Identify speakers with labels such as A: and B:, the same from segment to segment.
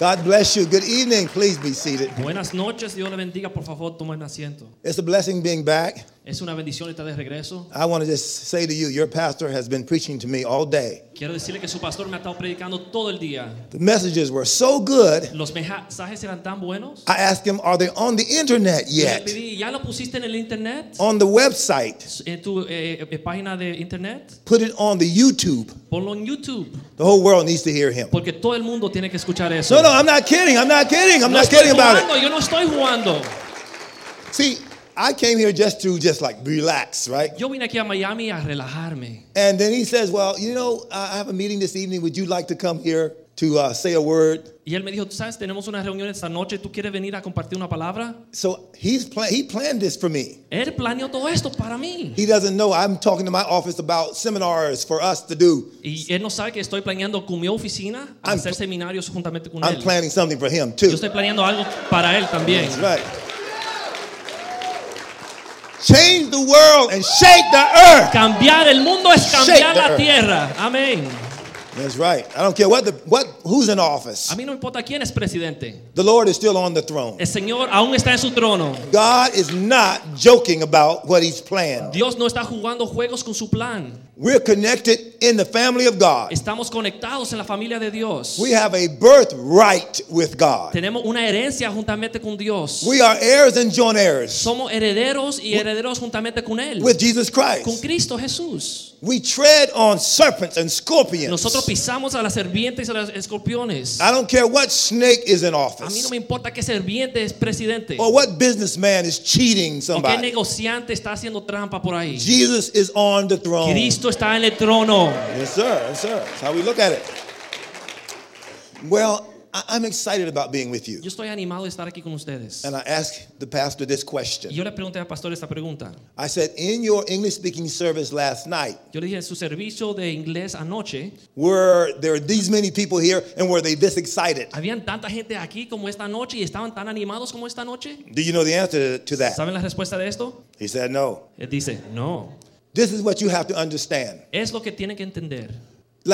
A: God bless you. Good evening. Please be seated.
B: Buenas noches, Dios le bendiga, por favor tomen asiento.
A: It's a blessing being back.
B: Es una bendición estar de regreso.
A: I want to just say to you, your pastor has been preaching to me all day.
B: Quiero decirle que su pastor me ha estado predicando todo el día.
A: The messages were so good.
B: Los mensajes eran tan buenos.
A: I asked him, Are they on the internet
B: Le
A: yet?
B: pedí, ¿ya lo pusiste en el internet?
A: On the website.
B: En tu eh, eh, página de internet.
A: Put it on the YouTube.
B: Ponlo en YouTube,
A: The whole world needs to hear him.
B: porque todo el mundo tiene que escuchar eso.
A: No, no, I'm not kidding. I'm not kidding. I'm
B: No
A: not
B: estoy
A: kidding about
B: jugando,
A: it.
B: Yo no estoy jugando.
A: See, I came here just to just like relax, right?
B: Yo vine aquí a Miami a relajarme.
A: And then he says, Well, you know, I I have a meeting this evening. Would you like to come here to uh, say a word?
B: Y él me dijo, "Tú sabes, tenemos una reunión esta noche, ¿tú quieres venir a compartir una palabra?"
A: So he's pla- he planned this for me.
B: Él planeó todo esto para mí.
A: He doesn't know I'm talking to my office about seminars for us to do.
B: Y él no sabe que estoy planeando con mi oficina
A: I'm-
B: hacer seminarios juntamente con
A: I'm
B: él.
A: planning something for him
B: Yo
A: too.
B: estoy planeando algo para él también.
A: That's right. Change the world and shake the earth.
B: Cambiar el mundo es
A: Shake the
B: cambiar la
A: earth.
B: tierra. Amén.
A: That's right. I don't care what the what who's in office.
B: A mí no me importa quién es presidente.
A: The Lord is still on the throne.
B: El Señor aún está en su trono.
A: God is not joking about what he's planned.
B: Dios no está jugando juegos con su plan.
A: We're connected in the family of God.
B: Estamos conectados en la familia de Dios.
A: We have a birthright with God.
B: Tenemos una herencia juntamente con Dios.
A: We are heirs and joint heirs
B: Somos herederos y herederos juntamente con Él.
A: with Jesus
B: Con
A: Christ.
B: Cristo Jesús.
A: We tread on serpents and
B: Nosotros
A: scorpions.
B: pisamos a las serpientes y a los escorpiones.
A: I don't care what snake is in
B: A mí no
A: office
B: me importa qué serviente es presidente
A: or what businessman is cheating
B: o qué
A: Oh, somebody.
B: negociante está haciendo trampa por ahí.
A: Jesus is on the throne.
B: Cristo está en el trono.
A: Yes, sir. Yes, sir. That's how we look at it. Well, I- I'm excited about being with you.
B: Yo estoy animado de estar aquí con ustedes.
A: And I asked the pastor this
B: Y
A: question.
B: yo le pregunté al pastor esta pregunta.
A: I said, In your English speaking service last night,
B: Yo le dije, en su servicio de inglés anoche,
A: were there these many people here and were they this excited?
B: ¿habían tanta gente aquí como esta noche y estaban tan animados como esta noche?
A: Do you know the answer to that?
B: ¿Saben la respuesta de esto?
A: He said, No.
B: Él dice, no.
A: This is what you have to understand
B: Es lo que tienen que entender.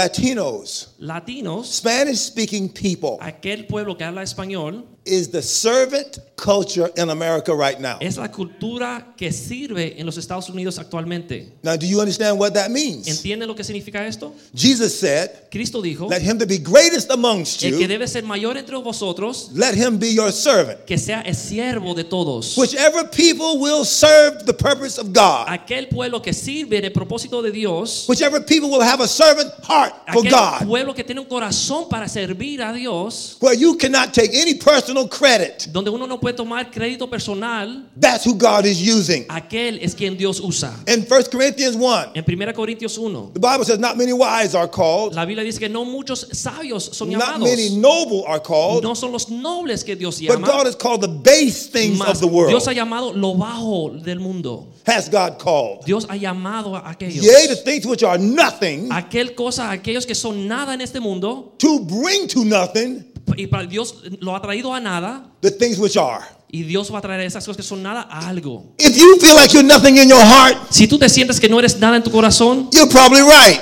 A: Latinos,
B: Latinos,
A: Spanish speaking people,
B: aquel pueblo que habla español,
A: is the servant culture in America right now.
B: es la cultura que sirve en los Estados Unidos actualmente.
A: Now, do you understand what that means?
B: ¿Entienden lo que significa esto?
A: Jesus said,
B: Cristo dijo,
A: Let him that be greatest amongst
B: el que
A: you,
B: debe ser mayor entre vosotros,
A: let him be your servant.
B: que sea el siervo de todos.
A: Whichever people will serve the purpose of God,
B: Aquel pueblo que sirve de propósito de Dios,
A: whichever people will have a servant heart for
B: aquel
A: God,
B: pueblo que tiene un corazón para servir a Dios,
A: where you cannot take any personal credit.
B: donde uno no puede tomar crédito personal,
A: That's who God is using.
B: aquel es quien Dios usa.
A: In 1 Corinthians 1,
B: En 1 Corintios 1,
A: the Bible says, Not many wise are called,
B: la Biblia dice que no muchos sabios son
A: not
B: llamados.
A: many noble are called,
B: No son los nobles que Dios
A: But God
B: llama.
A: has called the base things
B: mas
A: of the world.
B: Dios ha llamado lo bajo del mundo.
A: Has God called?
B: Dios ha llamado a aquellos.
A: Yea, the things which are nothing
B: aquel cosa, aquellos que son nada en este mundo,
A: to bring to nothing
B: y para Dios lo ha traído a nada,
A: the things which are.
B: y Dios va a traer esas cosas que son nada a algo.
A: If you feel like you're nothing in your heart,
B: Si tú te sientes que no eres nada en tu corazón,
A: you're probably right.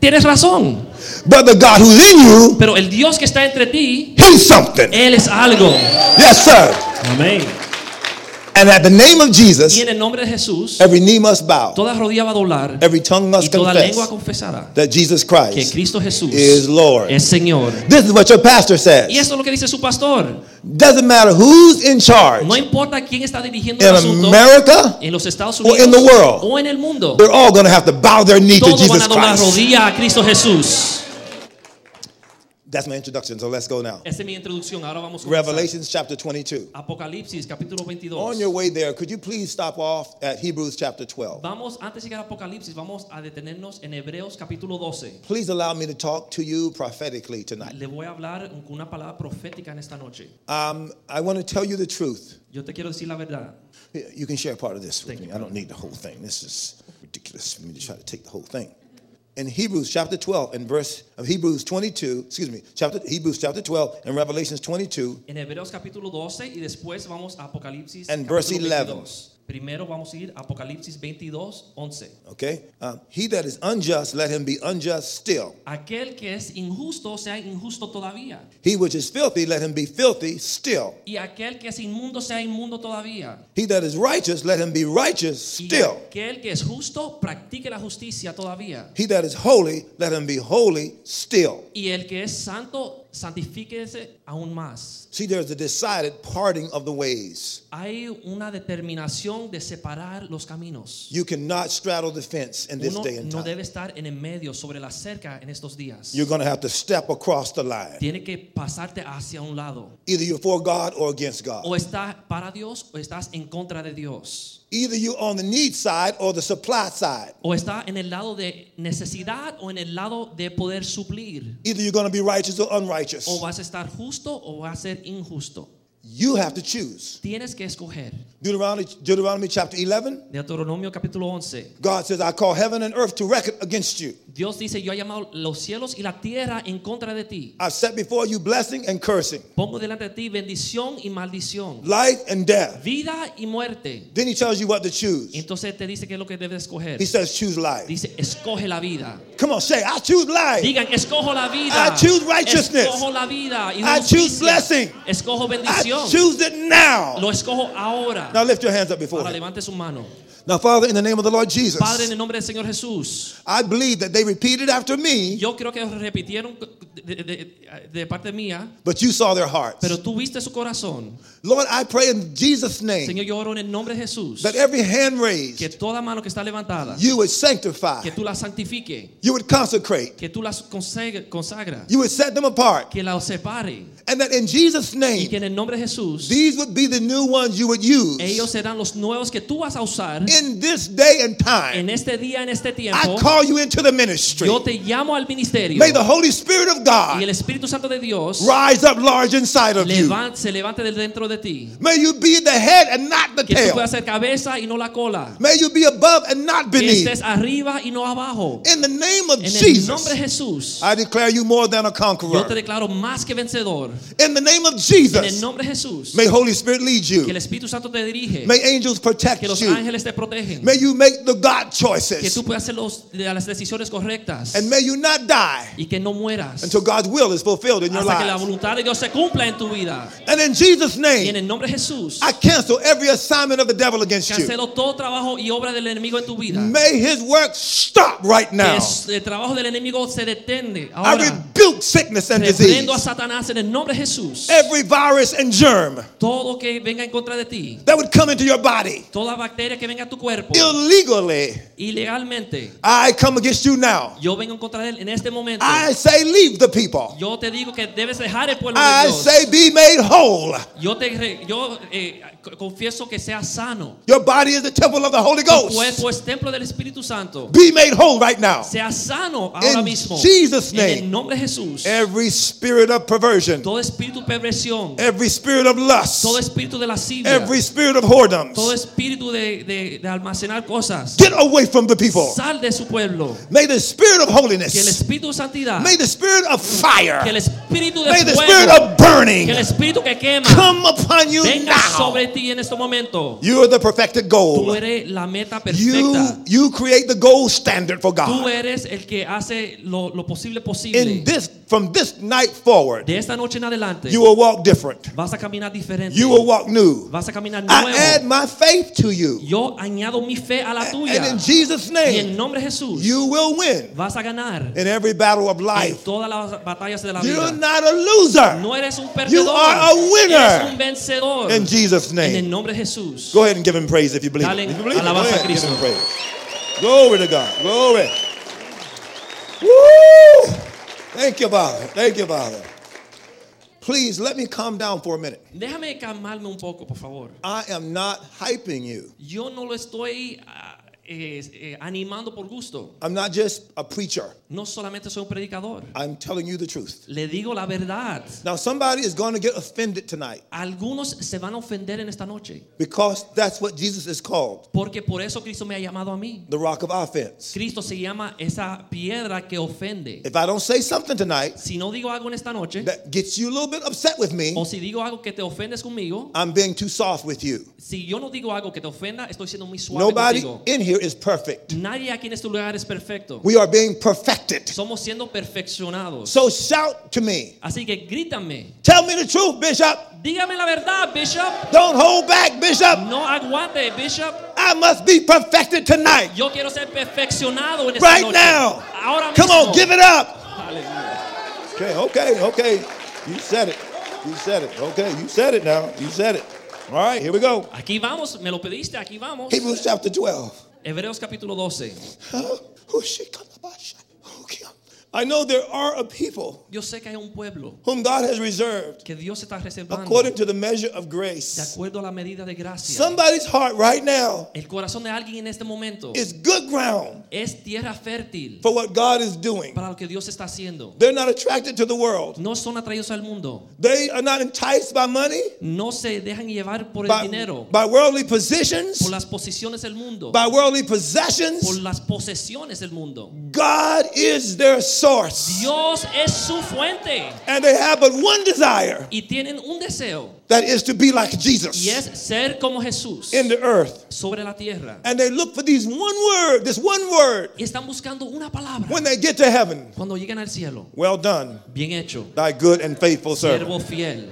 B: tienes razón.
A: But the God who's in you,
B: Pero el Dios que está entre ti,
A: He's something.
B: Él es algo.
A: Yes, sir.
B: Amén.
A: And at the name of
B: Y
A: Jesus,
B: en el nombre de Jesús,
A: every knee must bow,
B: toda rodilla va a doblar
A: every tongue
B: y
A: must
B: toda lengua
A: confess
B: confesará
A: that Jesus
B: que
A: Christ
B: Cristo Jesús
A: is Lord.
B: es Señor.
A: This is what your pastor
B: Y
A: says.
B: eso es lo que dice su pastor.
A: Doesn't matter who's in charge
B: No importa quién está dirigiendo el
A: in
B: asunto
A: America,
B: en los Estados
A: or
B: Unidos
A: in the world.
B: o en el mundo.
A: they're all going to have to bow their knee to
B: Todos van
A: Jesus
B: a doblar
A: Christ.
B: rodilla a Cristo Jesús.
A: That's my introduction, so let's go now.
B: Esa es mi introducción. Ahora vamos a comenzar.
A: Revelations chapter 22.
B: Apocalipsis capítulo 22.
A: On your way there, could you please stop off at Hebrews chapter 12?
B: Vamos, antes de llegar a Apocalipsis, vamos a detenernos en Hebreos capítulo 12.
A: Please allow me to talk to you prophetically tonight.
B: Le voy a hablar con una palabra profética en esta noche.
A: Um, I want to tell you the truth.
B: Yo te quiero decir la verdad.
A: Yeah, You can share part of this with
B: Thank
A: me. I don't need the whole thing. This is ridiculous for me to try to take the whole thing. In Hebrews chapter 12 and verse of Hebrews 22, excuse me, chapter Hebrews chapter 12 and Revelations 22,
B: En Hebreos capítulo 12 y después vamos a Apocalipsis
A: And
B: capítulo
A: verse 11.
B: 22. Primero vamos a ir a Apocalipsis 22, 11.
A: okay? Um, he that is unjust, let him be unjust still.
B: Aquel que es injusto sea injusto todavía.
A: He which is filthy, let him be filthy still.
B: Y aquel que es inmundo sea inmundo todavía.
A: He that is righteous, let him be righteous
B: Y
A: still.
B: aquel que es justo practique la justicia todavía.
A: He that is holy, let him be holy still.
B: Y el que es santo, santifíquese aún más.
A: See, there's a decided parting of the ways.
B: Hay una determinación de separar los caminos.
A: You cannot straddle the fence in this
B: Uno
A: day and
B: no
A: time.
B: debe estar en el medio, sobre la cerca en estos días.
A: You're going to have to step across the line.
B: Tiene que pasarte hacia un lado.
A: Either you're for God or against God.
B: O estás para Dios o estás en contra de Dios.
A: Either you're on the need side or the supply side.
B: O estás en el lado de necesidad o en el lado de poder suplir.
A: Either you're going to be righteous or
B: O
A: unrighteous.
B: vas a estar justo o vas a ser injusto.
A: You have to choose.
B: Tienes que escoger.
A: Deuteronomy, Deuteronomy chapter 11,
B: Deuteronomio capítulo 11.
A: God says, I call heaven and earth to record against you.
B: Dios dice, yo he llamado los cielos y la tierra en contra de ti.
A: I've set before you blessing and cursing,
B: Pongo delante de ti bendición y maldición,
A: life and death.
B: vida y muerte.
A: Then he tells you what to choose.
B: Entonces te dice que es lo que debes escoger.
A: He says, choose life.
B: Dice, escoge la vida.
A: Come on, say, I choose life.
B: Digan, escojo la vida.
A: I choose righteousness.
B: Escojo la vida y
A: I
B: justicia.
A: choose blessing.
B: Escojo
A: I
B: bendición.
A: choose it now.
B: Lo escojo ahora.
A: Now lift your hands up before
B: Ahora
A: him.
B: levante su mano.
A: Now, Father, in the name of the Lord Jesus,
B: Padre, en el nombre del Señor Jesús,
A: I believe that they repeated after me,
B: yo creo que repitieron de, de- de parte mía,
A: but you saw their hearts.
B: pero tú viste su corazón.
A: Lord, I pray in Jesus' name
B: Señor, yo oro en el nombre de Jesús.
A: that every hand
B: Que
A: raised,
B: toda mano que está levantada,
A: you would sanctify,
B: que tú la santifique,
A: you would consecrate,
B: que tú la consag- consagra,
A: you would set them apart,
B: que la separe
A: and that in Jesus'
B: y que
A: name,
B: en el nombre de Jesús
A: these would be the new ones you would
B: ellos
A: use
B: serán los nuevos que tú vas a usar
A: in this day and time.
B: en este día, en este tiempo.
A: I call you into the ministry.
B: Yo te llamo al ministerio
A: May the Holy Spirit of
B: y el
A: God
B: Espíritu Santo de Dios
A: rise up large inside of you.
B: levan- se levante de dentro de ti.
A: May you be the head and not the
B: Que tú
A: tail.
B: puedas ser cabeza y no la cola.
A: May you be above and not
B: Que
A: beneath.
B: estés arriba y no abajo.
A: In the name of
B: En el nombre de
A: Jesus,
B: Jesús,
A: I declare you more than a
B: yo te
A: conqueror.
B: declaro más que vencedor.
A: In the name of
B: En el
A: Jesus,
B: nombre de Jesús,
A: may Holy Spirit lead
B: que el
A: you.
B: Espíritu Santo te dirige.
A: May angels protect
B: Que los
A: you.
B: ángeles te protegen.
A: May you make the God
B: Que
A: choices.
B: tú puedas hacer los- de las decisiones correctas.
A: And may you not die
B: Y que no mueras.
A: until God's will is fulfilled in your
B: Hasta que la
A: lives.
B: voluntad de Dios se cumpla en tu vida.
A: And in Jesus'
B: Y en
A: name,
B: el nombre de Jesús,
A: I cancel every assignment of the devil against you.
B: cancelo todo trabajo y obra del enemigo en tu vida.
A: May his work stop right
B: Que
A: now.
B: es- el trabajo del enemigo se
A: I
B: detende. Ahora,
A: rebuke sickness and disease.
B: reprendo a Satanás en el nombre de Jesús.
A: Every virus and germ
B: Todo que venga en contra de ti,
A: that would come into your body
B: toda bacteria que venga a tu cuerpo,
A: illegally,
B: ilegalmente,
A: I come against you now.
B: yo vengo en contra de él en este momento.
A: I say, leave the people.
B: Yo te digo que debes dejar el pueblo de
A: I
B: Dios.
A: say, be made whole.
B: Yo te re- yo eh, co- confieso que seas sano.
A: Your body is the temple of the Holy
B: Tu
A: Ghost.
B: cuerpo es templo del Espíritu Santo.
A: Be made whole right now.
B: Seas sano ahora
A: In
B: mismo.
A: Jesus'
B: En
A: name.
B: el nombre de Jesús.
A: Every spirit of perversion,
B: Todo espíritu de perversión,
A: every spirit of
B: todo
A: lust,
B: espíritu de lascivia,
A: every spirit of
B: todo
A: whoredoms,
B: espíritu de, de- de almacenar cosas.
A: get away from the people.
B: Sal de su pueblo.
A: May the spirit of
B: Que el
A: holiness,
B: espíritu de santidad,
A: may the spirit of
B: que el
A: fire,
B: espíritu de
A: may the spirit
B: fuego,
A: of
B: que el
A: burning
B: espíritu que quema
A: come upon you
B: venga
A: now.
B: sobre ti en este momento.
A: You are the perfected
B: Tú
A: goal.
B: eres la meta
A: You,
B: perfecta.
A: you create the gold standard for
B: Tú
A: God.
B: eres el que hace lo, lo posible posible.
A: In this, from this night forward,
B: De esta noche en adelante
A: you will walk different.
B: vas a caminar diferente.
A: You will walk new.
B: Vas a caminar
A: I add
B: nuevo.
A: my faith to you.
B: Yo añado mi fe a la
A: And
B: tuya.
A: in Jesus'
B: Y en
A: name,
B: nombre de Jesús
A: you will win
B: vas a ganar
A: in every battle of
B: en
A: life.
B: todas las batallas de la
A: You're
B: vida.
A: not a loser
B: No eres un perdedor.
A: You are a winner.
B: Eres un vencedor.
A: in Jesus'
B: en el
A: name.
B: nombre de Jesús.
A: Go ahead and give him praise if you believe. it.
B: Dale
A: If you believe, it, go
B: alabanza a
A: ahead and give
B: Cristo.
A: him praise. Glory to God. Glory. Woo! Thank you, Father. Thank you, Father. Please let me calm down for a minute.
B: Déjame calmarme un poco, por favor.
A: I am not hyping you.
B: Yo no lo estoy ah, eh, eh, animando por gusto.
A: I'm not just a preacher.
B: No solamente soy un predicador.
A: I'm telling you the truth.
B: Le digo la verdad.
A: Now, somebody is going to get offended tonight
B: Algunos se van a ofender en esta noche.
A: because that's what Jesus is called
B: Porque por eso Cristo me ha llamado a mí.
A: the rock of offense.
B: Cristo se llama esa piedra que ofende.
A: If I don't say something tonight
B: Si no digo algo en esta noche,
A: that gets you a little bit upset with me,
B: o si digo algo que te ofendes conmigo,
A: I'm being too soft with you.
B: si yo no digo algo que te ofenda, estoy siendo muy suave
A: Nobody
B: contigo.
A: in here is perfect.
B: Nadie aquí en este lugar es perfecto.
A: We are being perfected.
B: Somos siendo perfeccionados.
A: So shout to me.
B: Así que grítame.
A: Tell me the truth, Bishop.
B: Dígame la verdad, Bishop.
A: Don't hold back, Bishop.
B: No aguante, Bishop.
A: I must be perfected tonight.
B: Yo quiero ser perfeccionado en esta
A: Right
B: noche.
A: now.
B: Ahora
A: Come
B: mismo.
A: on, give it up.
B: Aleluya.
A: Okay, okay, okay. You said it. You said it. Okay, you said it now. You said it. All right, here we go.
B: Aquí vamos, me lo pediste, aquí vamos.
A: Hebrews chapter 12.
B: Hebreos capítulo 12.
A: Huh? Who she come about? She- okay. I know there are a people
B: Yo sé que hay un pueblo
A: whom God has reserved
B: que Dios está reservando
A: according to the measure of
B: de
A: grace.
B: acuerdo a la medida de gracia.
A: Somebody's heart right now
B: El corazón de alguien en este momento
A: is good ground
B: es tierra fértil
A: for what God is doing.
B: para lo que Dios está haciendo.
A: They're not attracted to the world.
B: No son atraídos al mundo.
A: They are not enticed by money,
B: No se dejan llevar por el
A: by,
B: dinero,
A: by worldly positions,
B: por las posiciones del mundo,
A: by worldly
B: por
A: possessions.
B: las posesiones del mundo.
A: God is their source.
B: Dios es su fuente
A: And they have but one desire
B: y tienen un deseo
A: that is to be like
B: y es
A: Jesus
B: ser como Jesús
A: in the earth.
B: sobre la tierra.
A: And they look for these one word, this one word,
B: Y están buscando una palabra
A: when they get to heaven.
B: cuando llegan al cielo.
A: Well done,
B: Bien hecho,
A: thy good and faithful servant.
B: siervo fiel.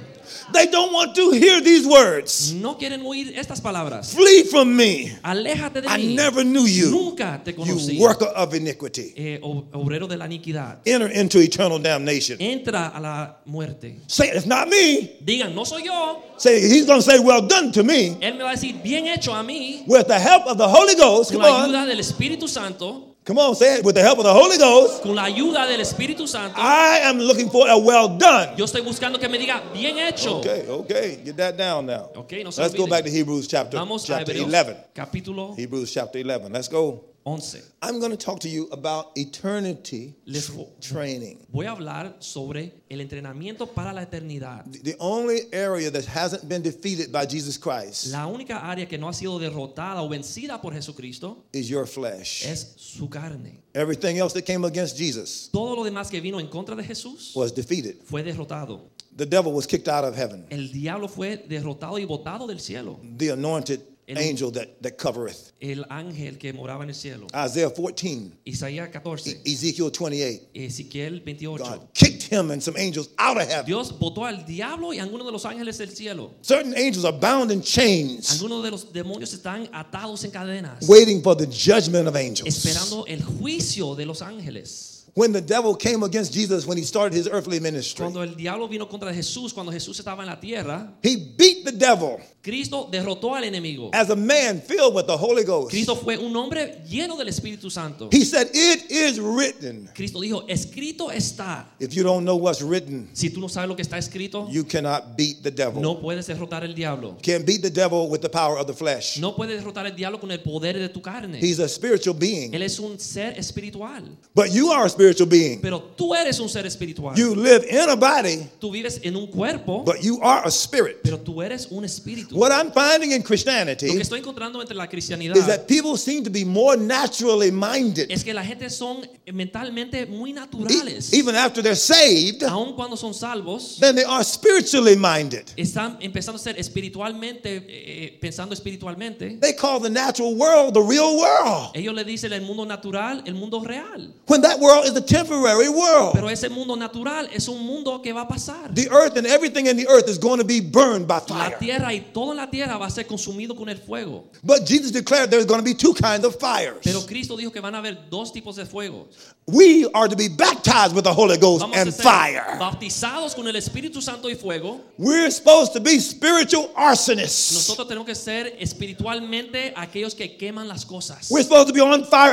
A: They don't want to hear these words.
B: No quieren oír estas palabras.
A: Flee from me.
B: Aléjate de
A: I
B: mí.
A: never knew you,
B: Nunca te conocí.
A: you worker of iniquity.
B: Eh, ob- obrero de la iniquidad.
A: Enter into eternal damnation.
B: Entra a la muerte.
A: Say, it's not me.
B: Digan, no soy yo.
A: Say, he's going to say, well done to me.
B: Él me va a decir, bien hecho a mí.
A: With the help of the Holy Ghost.
B: Con
A: Come
B: la
A: on.
B: ayuda del Espíritu Santo.
A: Come on, say it. With the help of the Holy Ghost.
B: Con la ayuda del Espíritu Santo.
A: I am looking for a well done.
B: Yo estoy buscando que me diga, bien hecho.
A: Okay, okay. Get that down now.
B: Okay, no se
A: Let's go
B: olviden.
A: back to Hebrews chapter,
B: Vamos a
A: chapter
B: Hebreos,
A: 11.
B: capítulo
A: Hebrews chapter 11. Let's go.
B: 11.
A: I'm going to talk to you about eternity
B: Let's
A: tr-
B: go.
A: training.
B: Voy a hablar sobre el entrenamiento para la eternidad.
A: The the only area that hasn't been defeated by Jesus Christ
B: La única área que no ha sido derrotada o vencida por Jesucristo
A: is your flesh.
B: es su carne.
A: Everything else that came against Jesus
B: Todo lo demás que vino en contra de Jesús
A: was defeated.
B: fue derrotado.
A: The devil was kicked out of heaven.
B: El diablo fue derrotado y botado del cielo.
A: the anointed
B: El-
A: angel that, that covereth.
B: El ángel que moraba en el cielo.
A: Isaiah 14,
B: Isaías
A: E-
B: 14,
A: Ezekiel 28.
B: Ezequiel 28.
A: God kicked him and some angels out of heaven.
B: Dios botó al diablo y a algunos de los ángeles del cielo.
A: Certain angels are bound in chains,
B: Algunos de los demonios están atados en cadenas,
A: waiting for the judgment of angels.
B: esperando el juicio de los ángeles.
A: When the devil came against Jesus when he started his earthly ministry,
B: Cuando el diablo vino contra Jesús, cuando Jesús estaba en la tierra,
A: he beat the devil
B: Cristo derrotó al enemigo.
A: as a man filled with the Holy Ghost.
B: Cristo fue un hombre lleno del Espíritu Santo.
A: He said, It is written.
B: Cristo dijo, escrito está.
A: If you don't know what's written,
B: Si tú no sabes lo que está escrito,
A: you cannot beat the devil.
B: no puedes derrotar al diablo.
A: Can't beat the devil with the power of the flesh.
B: No puedes derrotar al diablo con el poder de tu carne.
A: He's a spiritual being,
B: Él es un ser espiritual.
A: but you are a spiritual being.
B: Pero tú eres un ser espiritual.
A: You live in a body,
B: tú vives en un cuerpo,
A: but you are a spirit.
B: pero tú eres un espíritu.
A: What I'm finding in
B: Lo que
A: Christianity
B: estoy encontrando entre la cristianidad
A: is that people seem to be more naturally minded,
B: es que la gente son mentalmente muy
A: e-
B: naturales.
A: even after they're saved,
B: aun cuando son salvos,
A: than they are spiritually minded.
B: están empezando a ser espiritualmente, eh, eh, pensando espiritualmente.
A: They call the natural world the real world,
B: Ellos le dicen el mundo natural, el mundo real.
A: when that world is a temporary world.
B: Pero ese mundo natural es un mundo que va a pasar.
A: The earth and everything in the earth is going to be burned by
B: La
A: fire.
B: tierra y todo en la tierra va a ser consumido con el fuego.
A: But Jesus declared there's going to be two kinds of fires.
B: Pero Cristo dijo que van a haber dos tipos de fuego.
A: We are to be baptized with the Holy Ghost
B: Vamos a
A: and
B: ser
A: fire.
B: bautizados con el Espíritu Santo y fuego.
A: We're supposed to be spiritual arsonists.
B: Nosotros tenemos que ser espiritualmente aquellos que queman las cosas.
A: We're supposed to be on fire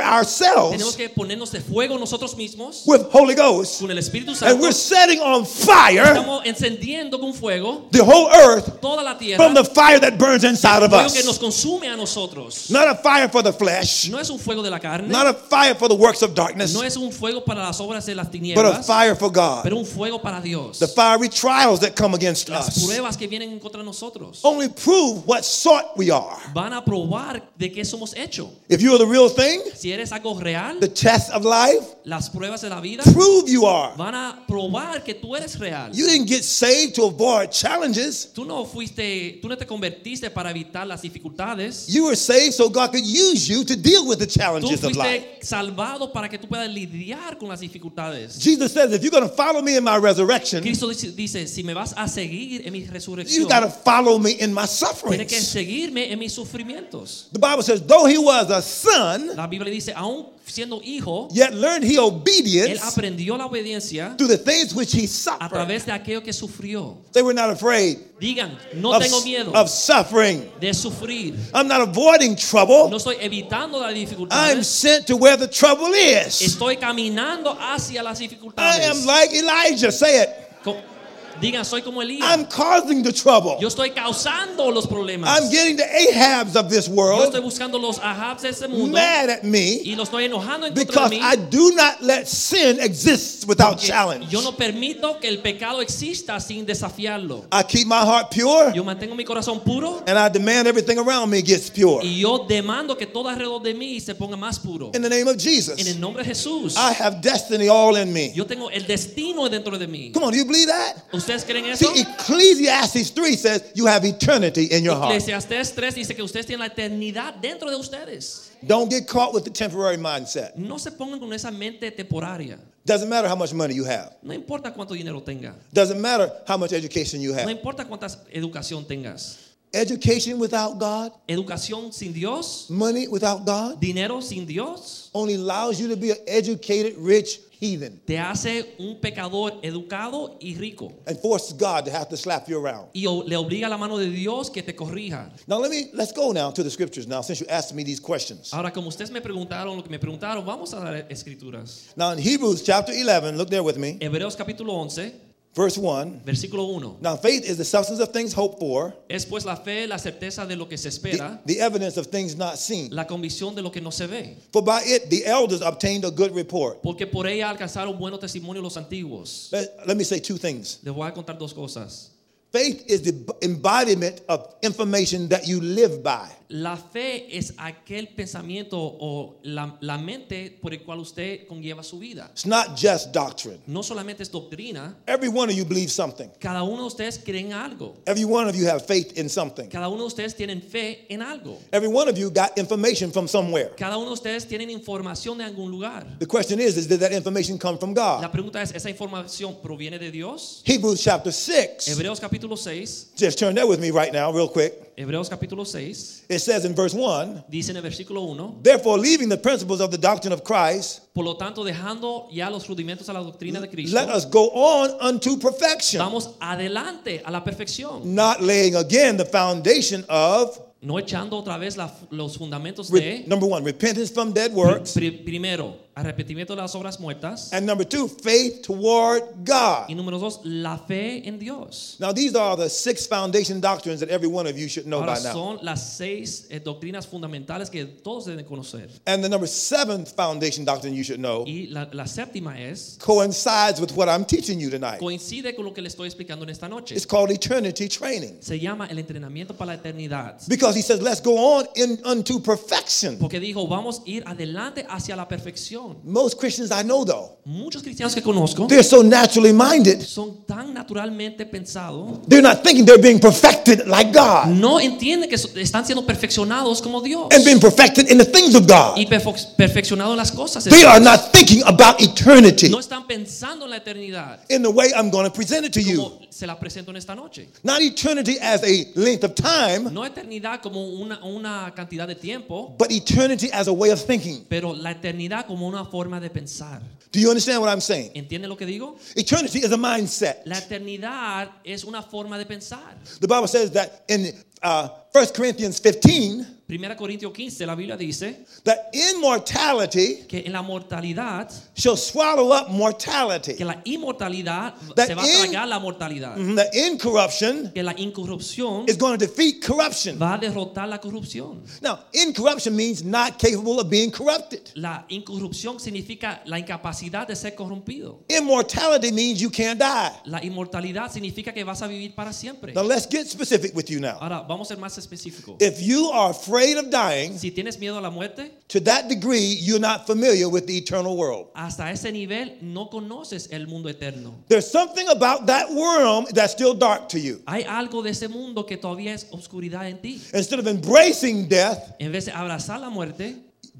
A: ourselves
B: Tenemos que ponernos de fuego nosotros mismos
A: with Holy Ghost.
B: con el Espíritu
A: And
B: Santo.
A: we're setting on fire
B: Estamos encendiendo con fuego
A: the whole earth
B: toda la tierra.
A: from the fire that burns inside of
B: fuego que nos
A: us.
B: consume a nosotros.
A: Not a fire for the flesh,
B: No es un fuego de la carne.
A: not a fire for the works of darkness,
B: no es un fuego para las obras de las
A: but a
B: tinieblas.
A: fire for God.
B: pero un fuego para Dios.
A: The fiery trials that come against
B: Las
A: us Oh.
B: pruebas que vienen contra nosotros
A: only prove what sort we are.
B: van a probar de qué somos hechos.
A: If you are the real thing,
B: Si eres algo real,
A: the test of life,
B: las pruebas de la vida
A: prove you are.
B: van a probar que tú eres real.
A: You didn't get saved to avoid challenges.
B: Tú no fuiste, tú no te convertiste para evitar las dificultades.
A: You were saved so God could use you to deal with the
B: Tú
A: challenges of life.
B: fuiste salvado para que tú puedas lidiar con las dificultades.
A: Jesus says, if you're going to follow me in my resurrection,
B: Cristo dice, dice, si me vas a seguir en mi resurrección,
A: you got to follow me in my
B: tienes que
A: sufferings.
B: seguirme en mis sufrimientos.
A: The Bible says, though he was a son,
B: La Biblia dice, aún siendo hijo,
A: yet learned he
B: él
A: obedience
B: aprendió la obediencia
A: through the things which he
B: a
A: suffered.
B: través de aquello que sufrió.
A: They were not afraid
B: Digan, no
A: of,
B: tengo miedo
A: of suffering.
B: de sufrir.
A: I'm not avoiding
B: No
A: trouble.
B: estoy evitando
A: Oh.
B: las
A: I'm
B: dificultades.
A: sent to where the trouble is.
B: Estoy caminando hacia las
A: I
B: dificultades.
A: am like Elijah. Say it.
B: Co- Digan, soy como Elías.
A: I'm causing the trouble.
B: Yo estoy causando los problemas.
A: I'm getting the Ahabs of this
B: Yo estoy
A: world
B: buscando los Ahabs de este mundo
A: mad at me
B: y los estoy enojando en contra
A: because
B: de mí.
A: I do not let sin exist without
B: porque
A: challenge.
B: Yo no permito que el pecado exista sin desafiarlo.
A: I keep my heart pure
B: Yo mantengo mi corazón puro
A: and I demand everything around me gets pure.
B: y yo demando que todo alrededor de mí se ponga más puro.
A: In the name of
B: En
A: Jesus,
B: el nombre de Jesús,
A: I have destiny all in me.
B: yo tengo el destino dentro de mí.
A: Come on, do you believe that?
B: ¿Ustedes creen eso?
A: See, Ecclesiastes 3 says you have eternity in your heart.
B: Eclesiastés 3 dice que ustedes tienen la eternidad dentro de ustedes.
A: Don't get caught with the temporary mindset.
B: No se pongan con esa mente temporaria.
A: Doesn't matter how much money you have.
B: No importa cuánto dinero tenga.
A: Doesn't matter how much education you
B: No
A: have.
B: importa cuánta educación tengas.
A: Education without God,
B: Educación sin Dios,
A: money without God,
B: dinero sin Dios,
A: only allows you to be an educated, rich heathen
B: te hace un pecador educado y rico.
A: and forces God to have to slap you around.
B: Y o- le obliga la mano de Dios que te corrija.
A: Now let me let's go now to the scriptures now since you asked me these questions.
B: Ahora, como ustedes me preguntaron lo que me preguntaron, vamos a dar escrituras.
A: Now in Hebrews chapter 11, look there with me,
B: Hebreos capítulo 11,
A: verse 1.
B: versículo 1.
A: Now faith is the substance of things hoped for,
B: Es pues la fe, la certeza de lo que se
A: the,
B: espera,
A: the evidence of things not seen.
B: la convicción de lo que no se ve.
A: For by it the elders obtained a good report.
B: Porque por ella alcanzaron buen testimonio los antiguos.
A: Let, let me say two things.
B: Les voy a contar dos cosas.
A: Faith is the embodiment of information that you live by.
B: La fe es aquel pensamiento o la, la mente por el cual usted conlleva su vida.
A: It's not just doctrine.
B: No solamente es doctrina,
A: Every one of you believes something.
B: cada uno de ustedes creen algo.
A: Every one of you have faith in something.
B: Cada uno de ustedes tienen fe en algo.
A: Every one of you got information from somewhere.
B: Cada uno de ustedes tienen información de algún lugar.
A: The question is, is did that information come from
B: La
A: God?
B: pregunta es, ¿esa información proviene de Dios?
A: Hebrews chapter 6.
B: Hebreos capítulo 6,
A: Just turn there with me right now, real quick.
B: Hebreos capítulo 6,
A: It says in verse 1
B: dice en el versículo 1,
A: Therefore, leaving the principles of the doctrine of Christ,
B: por lo tanto, dejando ya los rudimentos a la doctrina de Cristo,
A: let us go on unto perfection,
B: Vamos adelante a la perfección,
A: not laying again the foundation of,
B: no echando otra vez la- los fundamentos
A: re-
B: de
A: number one, repentance from dead works,
B: pri- primero, arrepentimiento de las obras muertas
A: and number two, faith toward
B: y
A: God.
B: número dos, la fe en Dios.
A: Now, these are the six foundation doctrines that every one of you should know
B: Ahora
A: by now.
B: son las seis eh, doctrinas fundamentales que todos deben conocer.
A: And the number seventh foundation doctrine you should know
B: Y la, la séptima es,
A: coincides with what I'm teaching you tonight.
B: coincide con lo que le estoy explicando en esta noche.
A: It's called eternity training.
B: Se llama el entrenamiento para la eternidad.
A: Because he says, let's go on in, unto perfection.
B: Porque dijo, vamos a ir adelante hacia la perfección. corazón.
A: Most Christians I know, though,
B: Muchos cristianos que conozco
A: they're so naturally minded,
B: son tan naturalmente pensados,
A: they're not thinking they're being perfected like God
B: no entienden que so- están siendo perfeccionados como Dios
A: and being perfected in the things of God.
B: y perfo- perfeccionados en las cosas. de
A: They
B: Dios.
A: are not thinking about eternity
B: No están pensando en la eternidad.
A: in the way I'm going to present it to you.
B: Como se la presento en esta noche.
A: Not eternity as a length of time,
B: No eternidad como una, una cantidad de tiempo,
A: but eternity as a way of thinking.
B: pero la eternidad como una forma de pensar.
A: Do you understand what I'm saying?
B: ¿Entiende lo que digo?
A: Eternity is a mindset.
B: La eternidad es una forma de pensar.
A: The Bible says that in uh, 1 Corinthians 15,
B: 1 Corintios 15, la Biblia dice
A: that immortality
B: que en la mortalidad,
A: shall swallow up
B: que
A: mortality.
B: la inmortalidad
A: That
B: se va a
A: in-
B: tragar la mortalidad,
A: Mhm, That incorruption
B: que la incorrupción
A: is going to defeat corruption.
B: va a derrotar la corrupción.
A: Now, incorruption means not capable of being corrupted.
B: La incorrupción significa la incapacidad de ser corrompido.
A: Immortality means you can't die.
B: La inmortalidad significa que vas a vivir para siempre.
A: Now, let's get specific with you now.
B: Ahora, vamos a ser más específicos.
A: If you are afraid of dying
B: Si tienes miedo a la muerte,
A: to that degree, you're not familiar with the eternal world.
B: hasta ese nivel no conoces el mundo eterno.
A: There's something about that world that's still dark to you.
B: Hay algo de ese mundo que todavía es obscuridad en ti.
A: Instead of embracing death,
B: En vez de abrazar la muerte,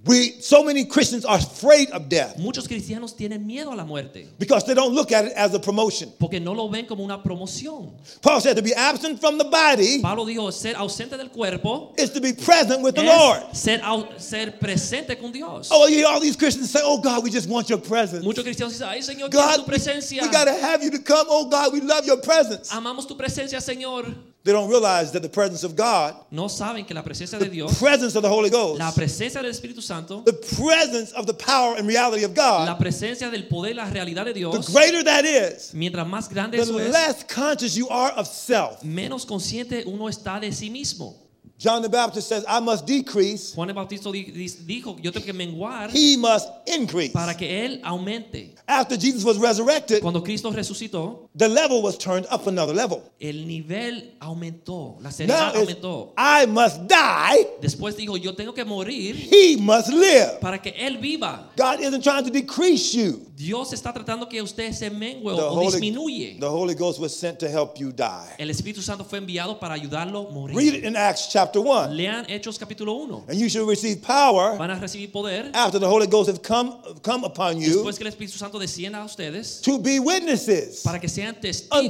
A: we so many Christians are afraid of death
B: muchos cristianos tienen miedo a la muerte
A: because they don't look at it as a promotion.
B: porque no lo ven como una promoción.
A: Paul said to be absent from the body
B: Pablo dijo, ser ausente del cuerpo
A: is to be present with the Lord.
B: es ser, au- ser presente con Dios.
A: Oh, you hear all these Christians say, "Oh God, we just want your presence."
B: Muchos cristianos dicen, ay Señor, quiero
A: God,
B: tu presencia. Ah.
A: we gotta have you to come. Oh God, we love your presence.
B: Amamos tu presencia, Señor.
A: They don't realize that the presence of God,
B: No saben que la presencia de Dios,
A: presence of the Holy Ghost,
B: la presencia del Espíritu Santo,
A: the presence of the power and reality of
B: la
A: God,
B: presencia del poder, la realidad de
A: the
B: Dios,
A: greater that is,
B: mientras más grande
A: the
B: eso es,
A: less conscious you are of self.
B: menos consciente uno está de sí mismo.
A: John the Baptist says, "I must decrease,
B: Juan el Bautista di- di- dijo, yo tengo que menguar
A: he must increase."
B: para que él aumente.
A: After Jesus was resurrected,
B: Cuando Cristo resucitó,
A: the level was turned up another level.
B: el nivel aumentó, la
A: Now
B: seriedad
A: it's,
B: aumentó.
A: I must die,
B: Después dijo, yo tengo que morir
A: he must live.
B: para que él viva.
A: God isn't trying to decrease you.
B: Dios está tratando que usted se mengue
A: The
B: o
A: Holy,
B: disminuye.
A: the Holy Ghost was sent to help you die.
B: El Espíritu Santo fue enviado para ayudarlo a
A: Read
B: morir.
A: it in Acts chapter 1.
B: Lean Hechos capítulo 1.
A: And you shall receive power
B: Van a recibir poder
A: after the Holy Ghost has come, come upon you
B: después que el Espíritu Santo descienda a ustedes
A: to be witnesses.
B: para que sean
A: Unto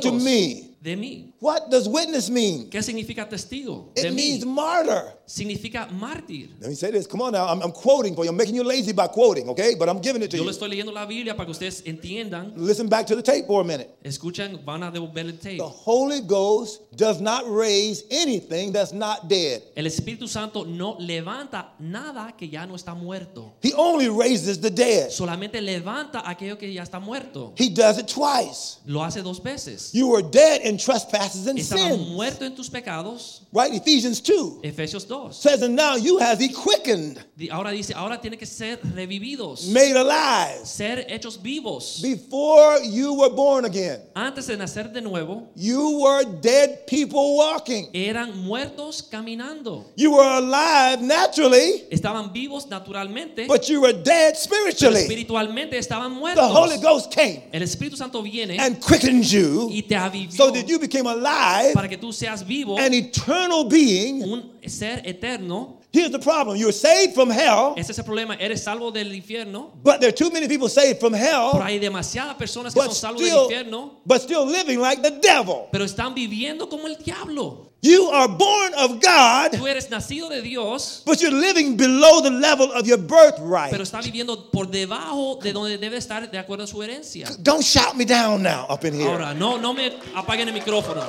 B: testigos
A: me.
B: de mí.
A: What does witness mean?
B: ¿Qué significa testigo? De
A: It
B: mí.
A: means martyr.
B: Significa mártir.
A: Let me say this. Come on now. I'm, I'm quoting for you. I'm making you lazy by quoting, okay? But I'm giving it to
B: Yo le
A: you.
B: estoy leyendo la Biblia para que ustedes entiendan.
A: Listen back to the tape for a minute.
B: Escuchan, van a devolver el tape.
A: The Holy Ghost does not raise anything that's not dead.
B: El Espíritu Santo no levanta nada que ya no está muerto.
A: He only raises the dead.
B: Solamente levanta aquello que ya está muerto.
A: He does it twice.
B: Lo hace dos veces.
A: You were dead in trespasses and
B: Estaba
A: sin.
B: muerto en tus pecados.
A: Right? Ephesians 2
B: Efesios 2.
A: says, And now you has he quickened,
B: Di- Ahora dice, ahora tiene que ser revividos.
A: made alive.
B: Ser hechos vivos.
A: Before you were born again,
B: Antes de nacer de nuevo,
A: you were dead people walking.
B: eran muertos caminando.
A: You were alive naturally,
B: Estaban vivos naturalmente,
A: but you were dead
B: pero
A: spiritually.
B: espiritualmente estaban
A: Pues, The Holy
B: muertos.
A: Ghost came
B: El Espíritu Santo viene
A: and quickened you
B: y te avivió
A: so that you became alive,
B: para que tú seas vivo,
A: an eternal being.
B: un ser eterno.
A: Here's the problem you're saved from hell,
B: Ese es el problema. Eres salvo del infierno.
A: but there are too many people saved from
B: Pero
A: hell,
B: hay demasiadas personas que
A: but
B: son salvos del
A: still,
B: infierno,
A: but still living like the devil.
B: pero están viviendo como el diablo.
A: You are born of God.
B: Tú eres nacido de Dios,
A: But you're living below the level of your birthright.
B: pero estás viviendo por debajo de donde debe estar de acuerdo a su herencia.
A: Don't shout me down now up in here.
B: Ahora, no, no me apaguen el micrófono.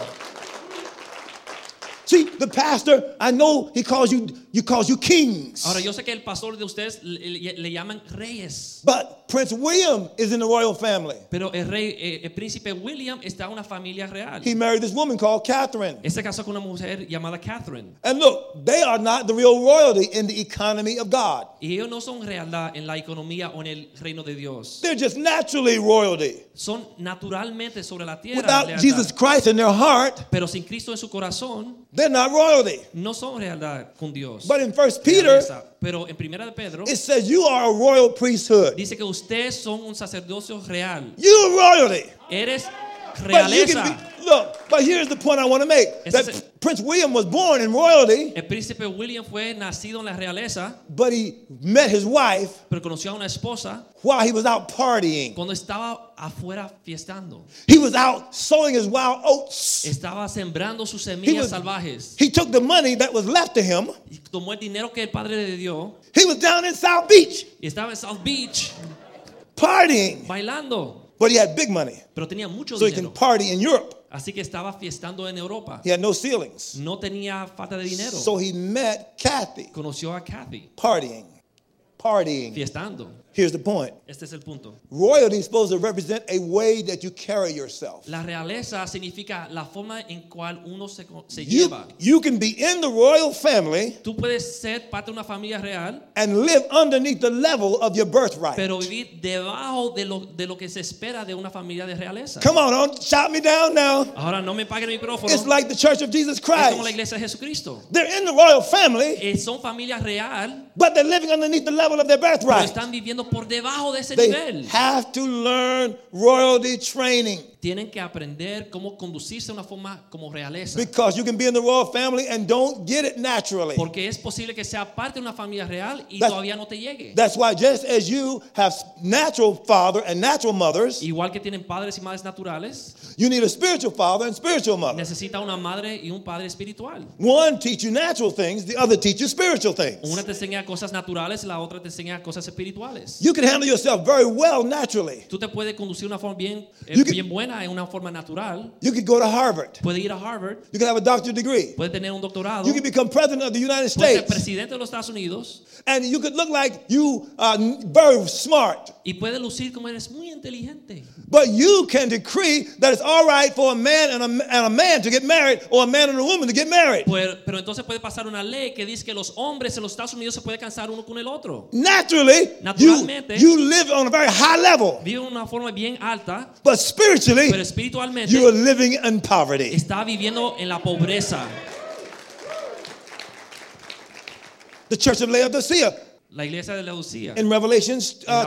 A: See, the pastor, I know he calls you, you calls you kings.
B: Ahora, yo sé que el pastor de ustedes le, le- le llaman reyes,
A: But Prince William is in the royal family.
B: pero el rey, eh, el príncipe William está en una familia real.
A: He married this woman called Catherine.
B: Este caso con una mujer llamada Catherine.
A: And look, they are not the real royalty in the economy of God.
B: Y ellos no son realidad en la economía o en el reino de Dios.
A: They're just naturally royalty.
B: Son naturalmente sobre la tierra.
A: Without
B: lealtad.
A: Jesus Christ in their heart,
B: Pero sin Cristo en su corazón,
A: they're not royalty.
B: no son realidad con Dios. Dios.
A: But in First
B: de
A: Peter,
B: realeza. Pero en Primera de Pedro
A: it says you are a royal priesthood.
B: dice que ustedes son un sacerdocio real.
A: You're royalty.
B: Eres
A: But you can
B: realeza.
A: be, look, but here's the point I want to make.
B: Ese
A: That
B: es-
A: Prince William was born in royalty,
B: El príncipe William fue nacido en la realeza,
A: but he met his wife
B: pero conoció a una esposa
A: while he was out partying.
B: cuando estaba afuera fiestando.
A: He was out sowing his wild oats.
B: Estaba sembrando sus
A: He,
B: semillas
A: was,
B: salvajes.
A: he took the money that was left to him.
B: Y tomó el dinero que el padre le dio
A: He was down in South Beach
B: y estaba en South Beach
A: partying,
B: bailando,
A: but he had big money,
B: pero tenía mucho
A: so he can
B: dinero.
A: party in Europe.
B: Así que estaba fiestando en Europa.
A: He had no ceilings.
B: No tenía falta de dinero.
A: So he met Kathy
B: Conoció a Kathy
A: partying. Partying.
B: fiestando.
A: Here's the point.
B: Este es el punto.
A: Royalty is supposed to represent a way that you carry yourself.
B: La realeza significa la forma en cual uno se, co- se
A: You,
B: lleva.
A: you can be in the royal family
B: Tú puedes ser parte de una familia real,
A: and live underneath the level of your birthright.
B: pero vivir debajo de lo, de lo que se espera de una familia de realeza.
A: Come on, don't shout me down now.
B: Ahora no me paguen el micrófono.
A: It's like the Church of Jesus
B: es como la
A: Christ.
B: iglesia de Jesucristo.
A: They're in the royal family,
B: Eh, son familias real,
A: but they're living underneath the level of their
B: pero
A: birthright.
B: están viviendo por debajo de ese
A: They
B: nivel.
A: have to learn royalty training
B: Tienen que aprender cómo conducirse de una forma como realeza.
A: because you can be in the royal family and don't get it naturally.
B: Porque es posible que sea parte de una familia real y
A: That's-
B: todavía no te llegue.
A: That's why, just as you have natural father and natural mothers,
B: Igual que tienen padres y madres naturales,
A: you need a spiritual father and spiritual mother.
B: necesita una madre y un padre espiritual.
A: One teach you natural things, the other teach you spiritual
B: Una
A: things.
B: te enseña cosas naturales, la otra te enseña cosas espirituales.
A: You can handle yourself very well naturally.
B: Tú te puedes conducir de una forma bien, eh,
A: You can-
B: bien buena, en una forma natural.
A: You can go to Harvard.
B: Puedes ir a Harvard,
A: You can have a doctorate degree.
B: puedes tener un doctorado,
A: You can become president of the United
B: puedes ser
A: States.
B: presidente de los Estados Unidos
A: And you could look like you are very smart.
B: y puedes lucir como eres muy inteligente.
A: But you can decree that it's all right for a man and a, and a man to get married or a man and a woman to get married.
B: Pero, pero entonces puede pasar una ley que dice que los hombres en los Estados Unidos se pueden cansar uno con el otro.
A: Naturally, you,
B: Naturalmente.
A: you live on a very high level.
B: Vive de una forma bien alta,
A: But
B: pero
A: spiritually,
B: espiritualmente
A: you are living in poverty.
B: está viviendo en la pobreza.
A: The church of Laodicea
B: La iglesia de Leucía.
A: in Revelation
B: En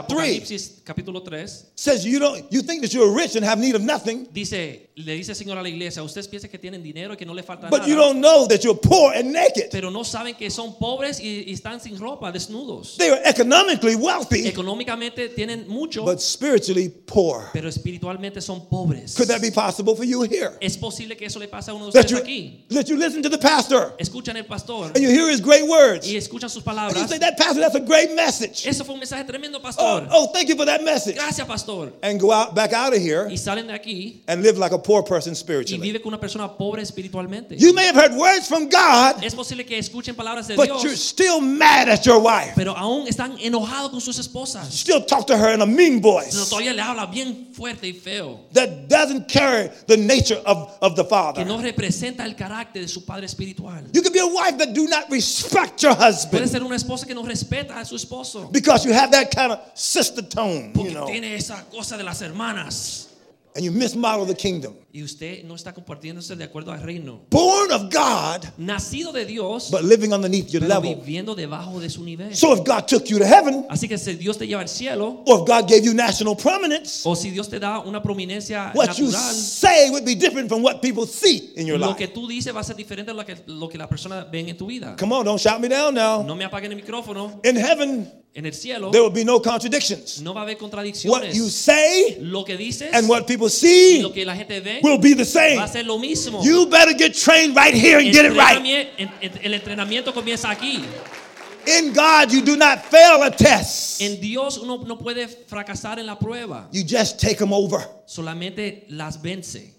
A: uh, 3
B: Apocalipsis capítulo 3
A: says you don't you think that you're rich and have need of nothing
B: dice, le dice el Señor a la iglesia, ustedes piensan que tienen dinero y que no le falta
A: but
B: nada,
A: you don't know that you're poor and naked
B: pero no saben que son pobres y, y están sin ropa, desnudos.
A: they are economically wealthy
B: Económicamente tienen mucho,
A: but spiritually poor
B: pero espiritualmente son pobres.
A: could that be possible for you here
B: Es posible que eso le pase a uno de
A: that
B: ustedes
A: you
B: aquí.
A: that you listen to the pastor
B: Escuchan el pastor
A: and you hear his great words
B: y escuchan
A: and
B: sus
A: you
B: palabras.
A: say that pastor that's a great message
B: Eso fue un mensaje tremendo,
A: oh,
B: pastor.
A: oh thank you for that message
B: Gracias, pastor.
A: and go out back out of here
B: Y salen de aquí
A: and live like a poor person
B: y
A: spiritually
B: vive con una persona pobre espiritualmente.
A: you may have heard words from God
B: Es posible que escuchen palabras de
A: but you're
B: Dios,
A: still mad at your wife
B: pero aún están enojados con sus esposas.
A: still talk to her in a mean
B: Pero
A: voice
B: todavía le habla bien fuerte y feo.
A: that doesn't carry the nature of, of the
B: Que
A: father
B: no representa el carácter de su padre espiritual.
A: You can be a wife that do not respect your
B: Puede
A: husband
B: ser una esposa que no respeta a su esposo.
A: because you have that kind of sister tone, you
B: Porque
A: know,
B: tiene esa cosa de las hermanas.
A: and you mismodel the kingdom.
B: Y usted no está compartiéndose de acuerdo al reino.
A: Born of God,
B: Nacido de Dios,
A: but living underneath your
B: pero
A: level.
B: viviendo debajo de su nivel.
A: So if God took you to heaven,
B: Así que si Dios te lleva al cielo,
A: or if God gave you national prominence,
B: o si Dios te da una prominencia
A: what you
B: natural,
A: say would be different from what people see in your
B: lo
A: life.
B: que tú dices va a ser diferente a lo que, lo que la persona ven en tu vida.
A: Come on, don't shout me down now.
B: No me apaguen el micrófono.
A: In heaven,
B: En el cielo
A: there will be no contradictions.
B: no va a haber
A: What you
B: contradicciones.
A: say
B: Lo que dices
A: and what people
B: y lo
A: see
B: que la gente ve
A: will be the
B: va
A: same.
B: a ser lo mismo.
A: You better get trained right here and get it right.
B: Entrenamie- en- en- El entrenamiento comienza aquí.
A: In God, you do not fail a test.
B: En Dios uno no puede fracasar en la prueba,
A: You just take them over.
B: solamente las vence.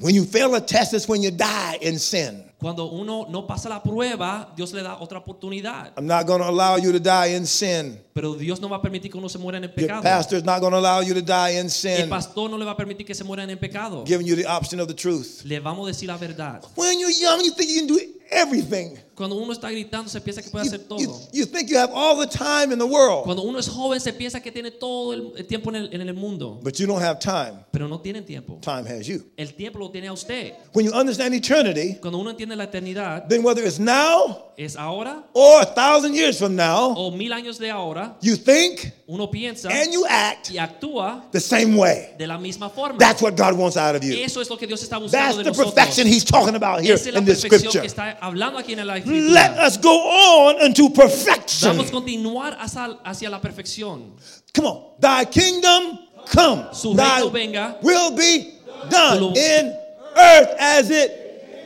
A: When you fail a test, it's when you die in sin.
B: Cuando uno no pasa la prueba, Dios le da otra oportunidad.
A: I'm not going to allow you to die in sin.
B: Pero Dios no va a permitir que uno se muera en el
A: Your
B: pecado.
A: pastor's not going to allow you to die in
B: El
A: sin.
B: pastor no le va a permitir que se muera en el pecado.
A: Giving you the option of the truth.
B: Le vamos a decir la verdad.
A: When you're young, you think you can do everything.
B: Cuando uno está gritando se piensa que puede
A: You,
B: hacer
A: you,
B: todo.
A: you think you have all the time in the world,
B: Cuando uno es joven se piensa que tiene todo el, el tiempo en el, en el mundo,
A: but you don't have time.
B: pero no tiene tiempo.
A: Time has you.
B: El tiempo lo tiene a usted.
A: When you understand eternity,
B: Cuando uno entiende la eternidad,
A: then whether it's now
B: es ahora
A: or a thousand years from now,
B: o mil años de ahora,
A: you think
B: uno piensa
A: and you act
B: y actúa
A: the same way.
B: de la misma forma.
A: That's what God wants out of you.
B: Eso es lo que Dios está
A: That's
B: buscando de
A: the
B: nosotros.
A: perfection He's talking about here
B: Esa es la
A: in this
B: perfección que
A: scripture.
B: está hablando aquí en la
A: Let
B: escritura.
A: us go on unto perfection.
B: Vamos a continuar hacia, hacia la perfección.
A: Come on. Thy kingdom come.
B: Su
A: Thy
B: reino venga.
A: will be
B: Tu
A: done
B: lo-
A: in earth as it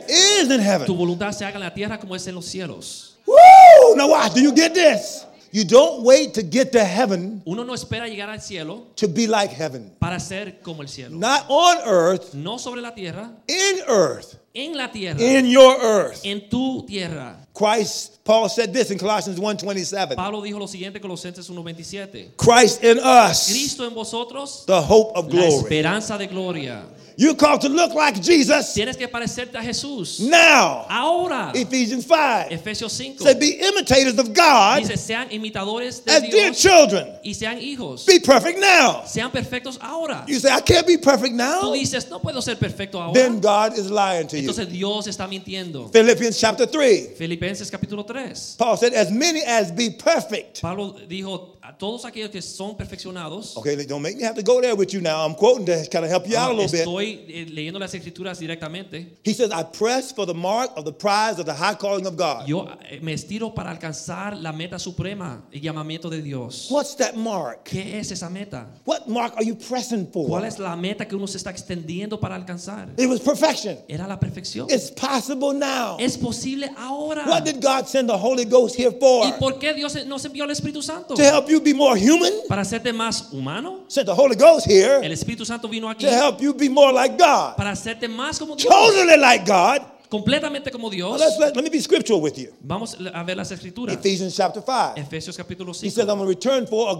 A: is in
B: Tu
A: heaven.
B: voluntad se haga en la tierra como es en los cielos.
A: Woo! Now watch. Do you get this? You don't wait to get to heaven
B: Uno no espera llegar al cielo
A: to be like heaven.
B: para ser como el cielo.
A: Not on earth,
B: No sobre la tierra,
A: in earth,
B: en la tierra,
A: in your earth.
B: en tu tierra.
A: Christ, Paul said this in Colossians 1.27.
B: Pablo dijo lo siguiente en Colosenses 1:27.
A: Christ in us,
B: Cristo en vosotros,
A: the hope of
B: la
A: glory.
B: esperanza de gloria.
A: You're called to look like Jesus
B: Tienes que parecerte a Jesús.
A: now.
B: Ah. Ahora,
A: Ephesians 5.
B: Efesios 5
A: Say, be imitators of God
B: dice, sean imitadores de
A: as dear
B: Dios
A: children.
B: y sean hijos.
A: Be perfect now.
B: Sean perfectos ahora.
A: You say, I can't be perfect
B: Tú
A: now.
B: dices, no puedo ser perfecto ahora.
A: Then God is lying to you.
B: Entonces Dios está mintiendo.
A: Philippians chapter 3.
B: Filipenses capítulo 3.
A: Paul said, as many as be perfect.
B: Pablo dijo a todos aquellos que son perfeccionados.
A: Okay, don't make me have to go there with you now. I'm quoting to kind of help you out a
B: Ah,
A: little bit.
B: Estoy eh, leyendo las escrituras directamente.
A: He says, I press for the mark of the prize of the high calling of God.
B: Yo eh, me estiro para alcanzar la meta suprema, el llamamiento de Dios.
A: What's that mark?
B: ¿Qué es esa meta?
A: What mark are you pressing for?
B: ¿Cuál es la meta que uno se está extendiendo para alcanzar?
A: It was perfection.
B: Era la perfección.
A: It's possible now.
B: Es posible ahora.
A: What did God send the Holy Ghost here for?
B: ¿Y por qué Dios nos envió el Espíritu Santo?
A: To help you be more human?
B: Para hacerte más humano.
A: Sent the Holy Ghost here
B: El Espíritu Santo vino aquí
A: to help you be more like God.
B: para hacerte más como Dios.
A: Totally like God.
B: Completamente como
A: Now
B: Dios.
A: let's, let, let me be scriptural with you.
B: Vamos a ver las escrituras.
A: Ephesians chapter 5.
B: Efesios capítulo
A: He
B: 5.
A: says, I'm going to return for a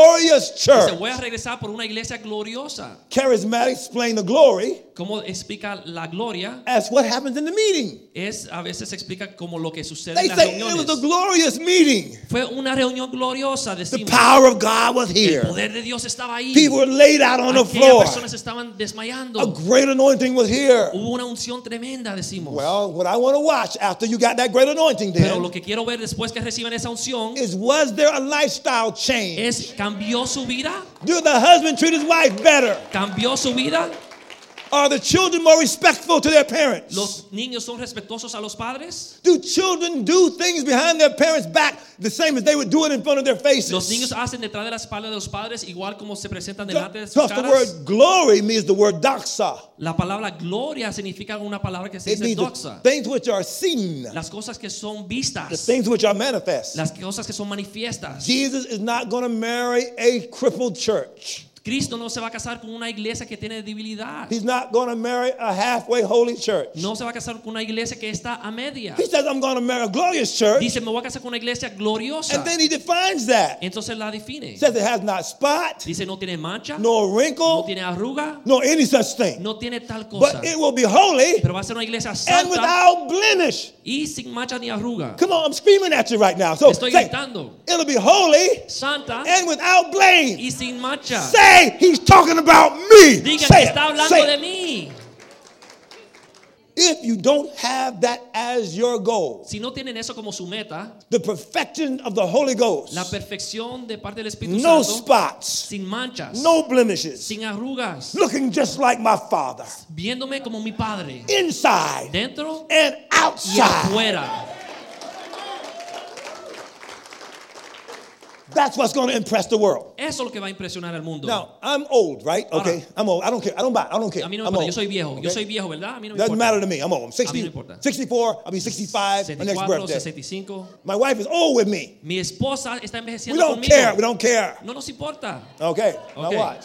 A: glorious
B: Dice,
A: church.
B: voy a regresar por una iglesia gloriosa.
A: Charismatic explain the glory
B: ¿Cómo explica la gloria?
A: as what happens in the meeting.
B: Es a veces explica como lo que sucede
A: They
B: en las
A: say it was a
B: reuniones.
A: glorious meeting.
B: Fue una reunión gloriosa,
A: The
B: decimos.
A: power of God was
B: El
A: here.
B: poder de Dios estaba ahí.
A: People were laid out on the
B: Aquellas
A: floor.
B: personas estaban
A: A
B: desmayando.
A: great anointing was here.
B: Hubo una unción tremenda, decimos.
A: Well, what I want to watch after you got that great anointing
B: Pero lo
A: then
B: que quiero ver después que reciben esa unción
A: is was there a lifestyle change?
B: es cambió su vida,
A: Did the husband treat his wife better?
B: cambió su vida.
A: Are the children more respectful to their parents?
B: Los niños son respetuosos a los padres.
A: Do children do things behind their parents' back the same as they would do it in front of their
B: Los niños
A: faces?
B: hacen detrás de la espalda de los padres igual como se presentan delante de sus
A: Because the
B: caras.
A: word glory means the word doxa.
B: La palabra gloria significa una palabra que se
A: It
B: dice
A: means the
B: doxa.
A: things which are seen,
B: Las cosas que son
A: the
B: vistas,
A: things which are manifest.
B: las cosas que son manifiestas.
A: Jesus is not going to marry a crippled church.
B: Cristo no se va a casar con una iglesia que tiene debilidad.
A: He's not going to marry a halfway holy church.
B: No se va a casar con una iglesia que está a media.
A: He says, I'm going to marry a glorious church.
B: Dice, me voy a casar con una iglesia gloriosa.
A: And then he defines that.
B: Entonces la define.
A: says it has not spot,
B: Dice, no tiene mancha, no
A: nor wrinkle,
B: tiene arruga,
A: nor any such thing.
B: no tiene tal cosa.
A: But it will be holy
B: Pero va a ser una iglesia
A: and
B: santa
A: without blemish.
B: y sin mancha ni arruga.
A: Come on, I'm screaming at you right now. So
B: Estoy
A: say,
B: gritando.
A: it'll be holy
B: Santa
A: and without blame.
B: y sin mancha.
A: Say, he's talking about me.
B: Digan
A: Say
B: que
A: it,
B: está hablando
A: say it.
B: de mí.
A: If you don't have that as your goal,
B: Si no tienen eso como su meta,
A: the perfection of the Holy Ghost,
B: la perfección de parte del Espíritu
A: no
B: Santo,
A: spots,
B: sin manchas,
A: no blemishes,
B: sin arrugas,
A: looking just like my Father,
B: viéndome como mi Padre,
A: inside
B: dentro
A: and
B: y
A: outside.
B: afuera.
A: That's what's going to impress the world.
B: Eso es lo que va a impresionar al mundo.
A: Now, I'm old, right? Okay, I'm old. I don't care. I don't buy. I don't care.
B: Uh-huh. a mí no me
A: I'm
B: importa, yo
A: old.
B: soy viejo,
A: Okay?
B: yo soy viejo, ¿verdad? A mí no me
A: Doesn't matter
B: importa.
A: to me. I'm old. I'm
B: A mí
A: 60,
B: no importa.
A: 64. I'll be 65 my next
B: 64,
A: birthday.
B: 65.
A: My wife is old with me.
B: Mi esposa está
A: We
B: envejeciendo
A: don't care. We
B: conmigo.
A: don't care.
B: No nos importa.
A: Okay, now
B: Okay.
A: watch.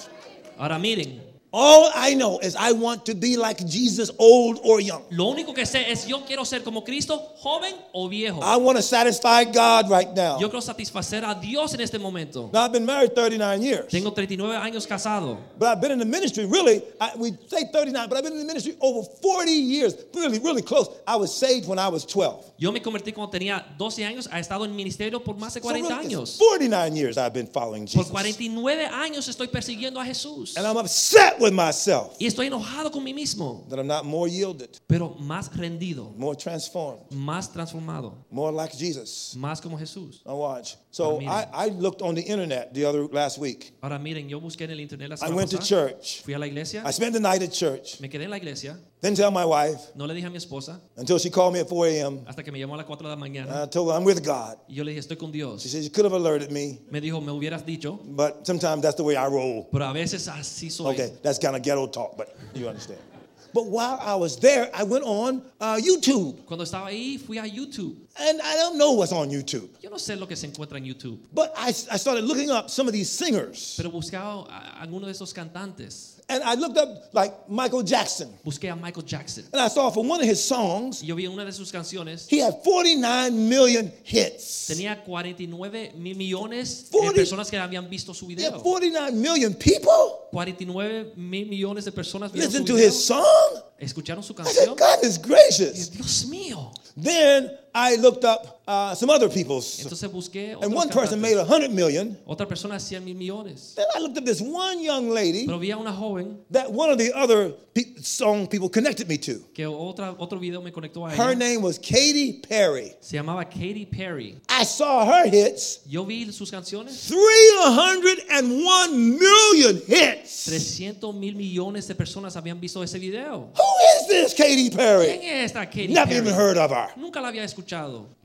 B: Ahora miren,
A: All I know is I want to be like Jesus, old or young.
B: Lo único que sé es yo quiero ser como Cristo, joven o viejo.
A: I want to satisfy God right now.
B: Yo quiero satisfacer a Dios en este momento.
A: Now, I've been married 39 years,
B: Tengo 39 años casado.
A: but I've been in the ministry really, I, we say 39, but I've been in the ministry over 40 years, really, really close. I was saved when I was 12.
B: Yo me convertí cuando tenía 12 años, ha estado en ministerio por más de 40
A: really, it's
B: años.
A: 49 years I've been following
B: Por
A: Jesus.
B: 49 años estoy persiguiendo a Jesús.
A: And I'm upset with myself
B: Y estoy enojado con mí mismo,
A: that I'm not more yielded,
B: pero más rendido,
A: more transformed,
B: más transformado,
A: more like Jesus.
B: más como Jesús.
A: Now watch. So
B: Amén.
A: I, I looked on the internet the other last week.
B: Ahora miren, yo busqué en el internet la
A: I
B: semana
A: went to
B: pasada.
A: church.
B: Fui a la iglesia,
A: I spent the night at church.
B: me quedé en la iglesia,
A: Didn't tell my wife
B: no le dije a mi esposa
A: until she called me at 4 a.m.
B: hasta que me llamó a las 4 de
A: And
B: la mañana
A: I told her I'm with God.
B: y yo le dije, estoy con
A: She
B: Dios.
A: said, You could have alerted me,
B: Me dijo, me hubieras dicho,
A: but sometimes that's the way I roll.
B: pero a veces así soy.
A: Okay, that's kind of ghetto talk, but you understand. But while I was there, I went on uh, YouTube.
B: Cuando estaba ahí, fui a YouTube.
A: And I don't know what's on YouTube,
B: Yo no sé lo que se encuentra en YouTube,
A: but I, I started looking up some of these singers.
B: pero buscaba a a alguno de esos cantantes.
A: And I looked up like Michael Jackson.
B: Busqué a Michael Jackson.
A: And I saw for one of his songs,
B: Y yo vi una de sus canciones.
A: he had 49 million hits.
B: Tenía 49 mil millones de
A: 40
B: personas que habían visto su
A: He had
B: video.
A: 49 million people
B: 49 mil millones de personas vieron su
A: listen to
B: video,
A: his song.
B: escucharon su
A: I said,
B: canción.
A: God is
B: Y dije,
A: gracious.
B: Dios mío.
A: Then I looked up uh, some other people's.
B: Entonces busqué
A: And
B: otros
A: one person made
B: cantantes.
A: 100 million.
B: otra persona 100 mil millones.
A: Then I looked up this one young lady
B: Pero vi a una joven
A: that one of the other pe- song people connected me to.
B: que otra, otro video me conectó a
A: Her
B: ella.
A: name was Katy Perry.
B: Se llamaba Katy Perry.
A: I saw her hits.
B: Yo vi sus canciones.
A: 301 million hits.
B: 300 mil millones de personas habían visto ese video.
A: Who is this Katy
B: ¿Quién
A: Perry?
B: es esta Katy
A: Never
B: Perry?
A: even heard of her.
B: Nunca la había escuchado.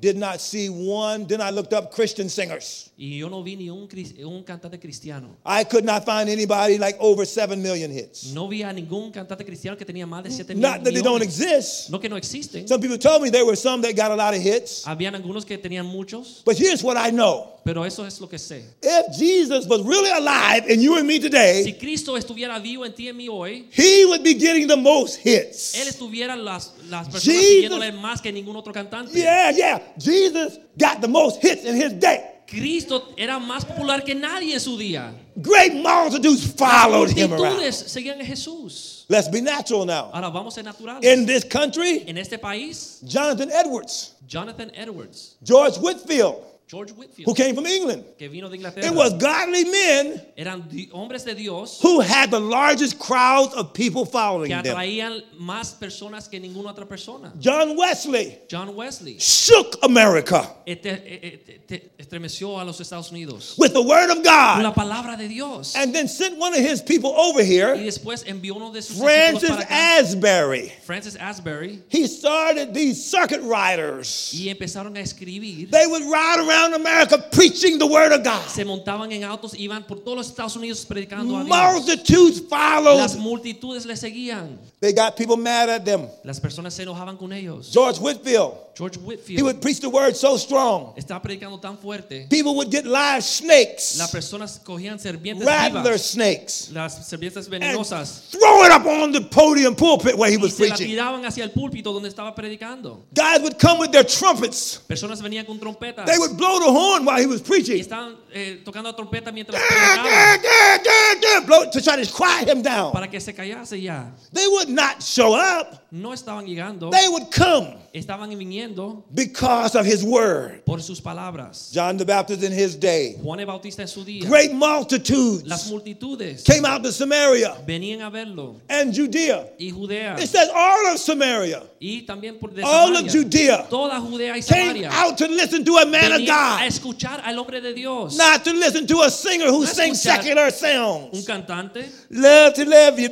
A: Did not see one. Then I looked up Christian singers.
B: Y yo no vi ni un, cris- un cantante cristiano.
A: I could not find anybody like over 7 million hits.
B: No vi a ningún cantante cristiano que tenía más de 7 mil
A: Not that they don't
B: millones.
A: exist.
B: No que no existen.
A: Some people told me there were some that got a lot of hits.
B: Habían algunos que tenían muchos,
A: But here's what I know.
B: pero eso es lo que sé.
A: If Jesus was really alive and you and me
B: Si
A: today,
B: Cristo estuviera vivo en ti y en mí hoy,
A: he would be getting the most
B: Él
A: hits.
B: estuviera las, las personas
A: Jesus.
B: siguiéndole más que ningún otro cantante.
A: Yeah, yeah. Jesus got the most hits in his day.
B: Cristo era más popular que nadie en su día.
A: Great multitudes followed him
B: Multitudes
A: around.
B: seguían a Jesús.
A: Let's be natural now.
B: Ahora vamos a ser naturales.
A: In this country,
B: en este país,
A: Jonathan Edwards,
B: Jonathan Edwards,
A: George Whitfield,
B: George
A: who
B: Whitfield,
A: came from England.
B: que vino de Inglaterra,
A: It was godly men
B: eran di- hombres de Dios
A: who had the largest crowds of people following
B: que
A: them.
B: atraían más personas que ninguna otra persona.
A: John Wesley
B: John Wesley
A: shook America
B: este- eh, eh, te- estremeció a los Estados Unidos
A: with the word of
B: con
A: God
B: la palabra de Dios.
A: and then sent one of his people over here
B: Y después envió uno de sus discípulos
A: Francis
B: para acá,
A: Asbury.
B: Francis Asbury
A: He started these circuit riders.
B: y empezaron a escribir.
A: They would ride around America preaching the word of God.
B: Se montaban en autos y iban por todos los Estados Unidos predicando a Dios.
A: Multitudes
B: Las
A: followed.
B: multitudes le seguían.
A: They got people mad at them.
B: Las personas se enojaban con ellos.
A: George Whitfield,
B: George
A: he
B: Whitfield
A: would preach the word so strong.
B: estaba predicando tan fuerte.
A: People would get live snakes,
B: Las personas cogían serpientes
A: rattler
B: vivas,
A: snakes,
B: las serpientes
A: and
B: venenosas
A: throw it up on the podium pulpit where he
B: y
A: was
B: se la
A: preaching.
B: tiraban hacia el púlpito donde estaba predicando.
A: Guys would come with their trumpets.
B: Personas venían con trompetas
A: They would blow the horn while he was
B: y
A: preaching.
B: estaban eh, tocando la trompeta mientras
A: "Ah,
B: predicaban
A: ah, ah, ah," blow it to try to quiet him down.
B: para que se callase ya.
A: They would not show up.
B: No estaban llegando,
A: They would come
B: estaban viniendo
A: because of his word.
B: por sus palabras.
A: John the Baptist in his day,
B: Juan el Bautista en su día,
A: great
B: las
A: multitudes
B: multitudes
A: came out to Samaria
B: venían a verlo
A: and Judea.
B: y Judea
A: It says all of Samaria
B: y también por de
A: All of
B: Samaria.
A: Judea
B: toda Judea y
A: came
B: Samaria
A: out to listen to a man of
B: venían a
A: God,
B: escuchar al hombre de Dios,
A: not to listen to a singer who
B: No
A: sings
B: escuchar-
A: secular
B: un
A: sounds.
B: cantante.
A: Love to love you,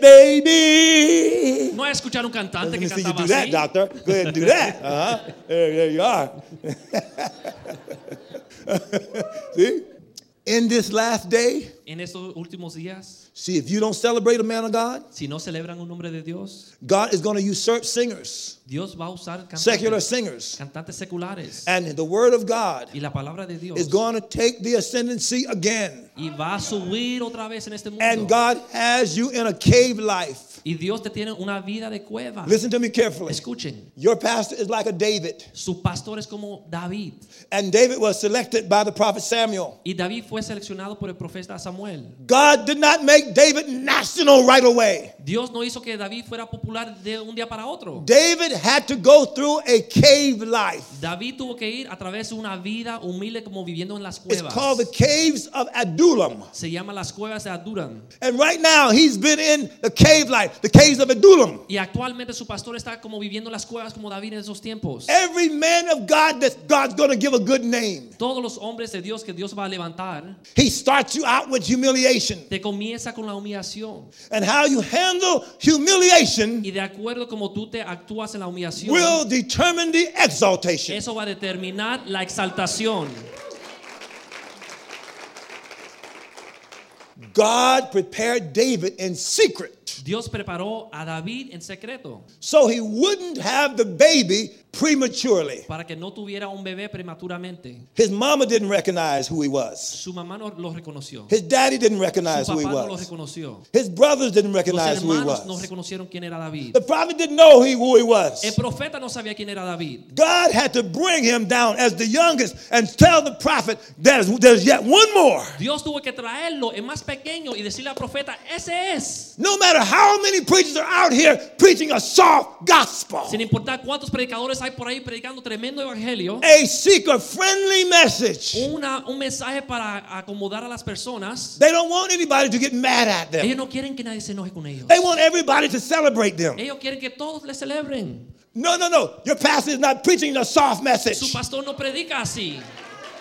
A: baby.
B: No a escuchar un cantante
A: Let
B: que
A: me see you
B: cantaba
A: do that,
B: así.
A: doctor. Go ahead and do that. Uh-huh. There, there you are. see? in this last day,
B: En estos últimos días,
A: see, if you don't celebrate a man of God,
B: si no celebran un nombre de Dios,
A: God is going to usurp singers,
B: Dios va a usar
A: secular
B: cantantes,
A: singers.
B: cantantes seculares
A: And the word of God
B: y la palabra de Dios
A: is going to take the ascendancy again.
B: y va a subir otra vez en este mundo.
A: And God has you in a cave life.
B: y Dios te tiene una vida de cueva.
A: Listen to me carefully.
B: Escuchen,
A: Your pastor is like a David.
B: su pastor es como David
A: And David was selected by the prophet Samuel.
B: y David fue seleccionado por el profeta Samuel.
A: God did not make David national right away.
B: Dios no hizo que David fuera popular de un día para otro.
A: David had to go through a cave life.
B: David tuvo que ir a través de una vida humilde como viviendo en las
A: It's
B: cuevas.
A: called the caves of Adullam.
B: Se llama las cuevas de Adullam.
A: And right now he's been in the cave life, the caves of Adullam.
B: Y actualmente su pastor está como viviendo en las cuevas como David en esos tiempos.
A: Every man of God that God's going to give a good name,
B: Todos los hombres de Dios que Dios va a levantar,
A: he starts you out with humiliation.
B: te comienza con la humillación.
A: And how you handle humiliation
B: Y de acuerdo como tú te actúas en la humillación,
A: will determine the exaltation.
B: eso va a determinar la exaltación.
A: God prepared David in secret
B: Dios preparó a David en secreto
A: so he wouldn't have the baby prematurely.
B: para que no tuviera un bebé prematuramente.
A: His mama didn't recognize who he was.
B: Su mamá no lo reconoció.
A: His daddy didn't
B: Su
A: recognize
B: papá
A: who he
B: no lo
A: was.
B: reconoció.
A: His brothers didn't
B: Los
A: recognize who he
B: hermanos no
A: was.
B: reconocieron quién era David.
A: The prophet didn't know he- who he
B: El
A: was.
B: profeta no sabía quién era David.
A: God had to bring him down as the youngest and tell the prophet, there's, there's yet one more.
B: Dios tuvo que traerlo el más pequeño y decirle al profeta, ese es.
A: No matter how many preachers are out here preaching a soft gospel,
B: Sin importar cuántos predicadores hay por ahí predicando tremendo evangelio,
A: a seeker friendly message,
B: una, un mensaje para acomodar a las personas.
A: they don't want anybody to get mad at them.
B: Ellos no quieren que nadie se enoje con ellos.
A: They want everybody to celebrate them.
B: Ellos quieren que todos le celebren.
A: No, no, no. Your pastor is not preaching a soft
B: Su
A: message.
B: pastor no predica así.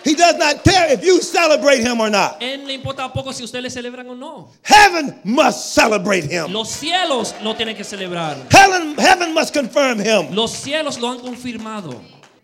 A: He does not care if you celebrate him or not.
B: Él le importa poco si ustedes le celebran o no.
A: Heaven must celebrate him.
B: Los cielos lo tienen que celebrar.
A: Heaven, heaven must confirm him.
B: Los cielos lo han confirmado.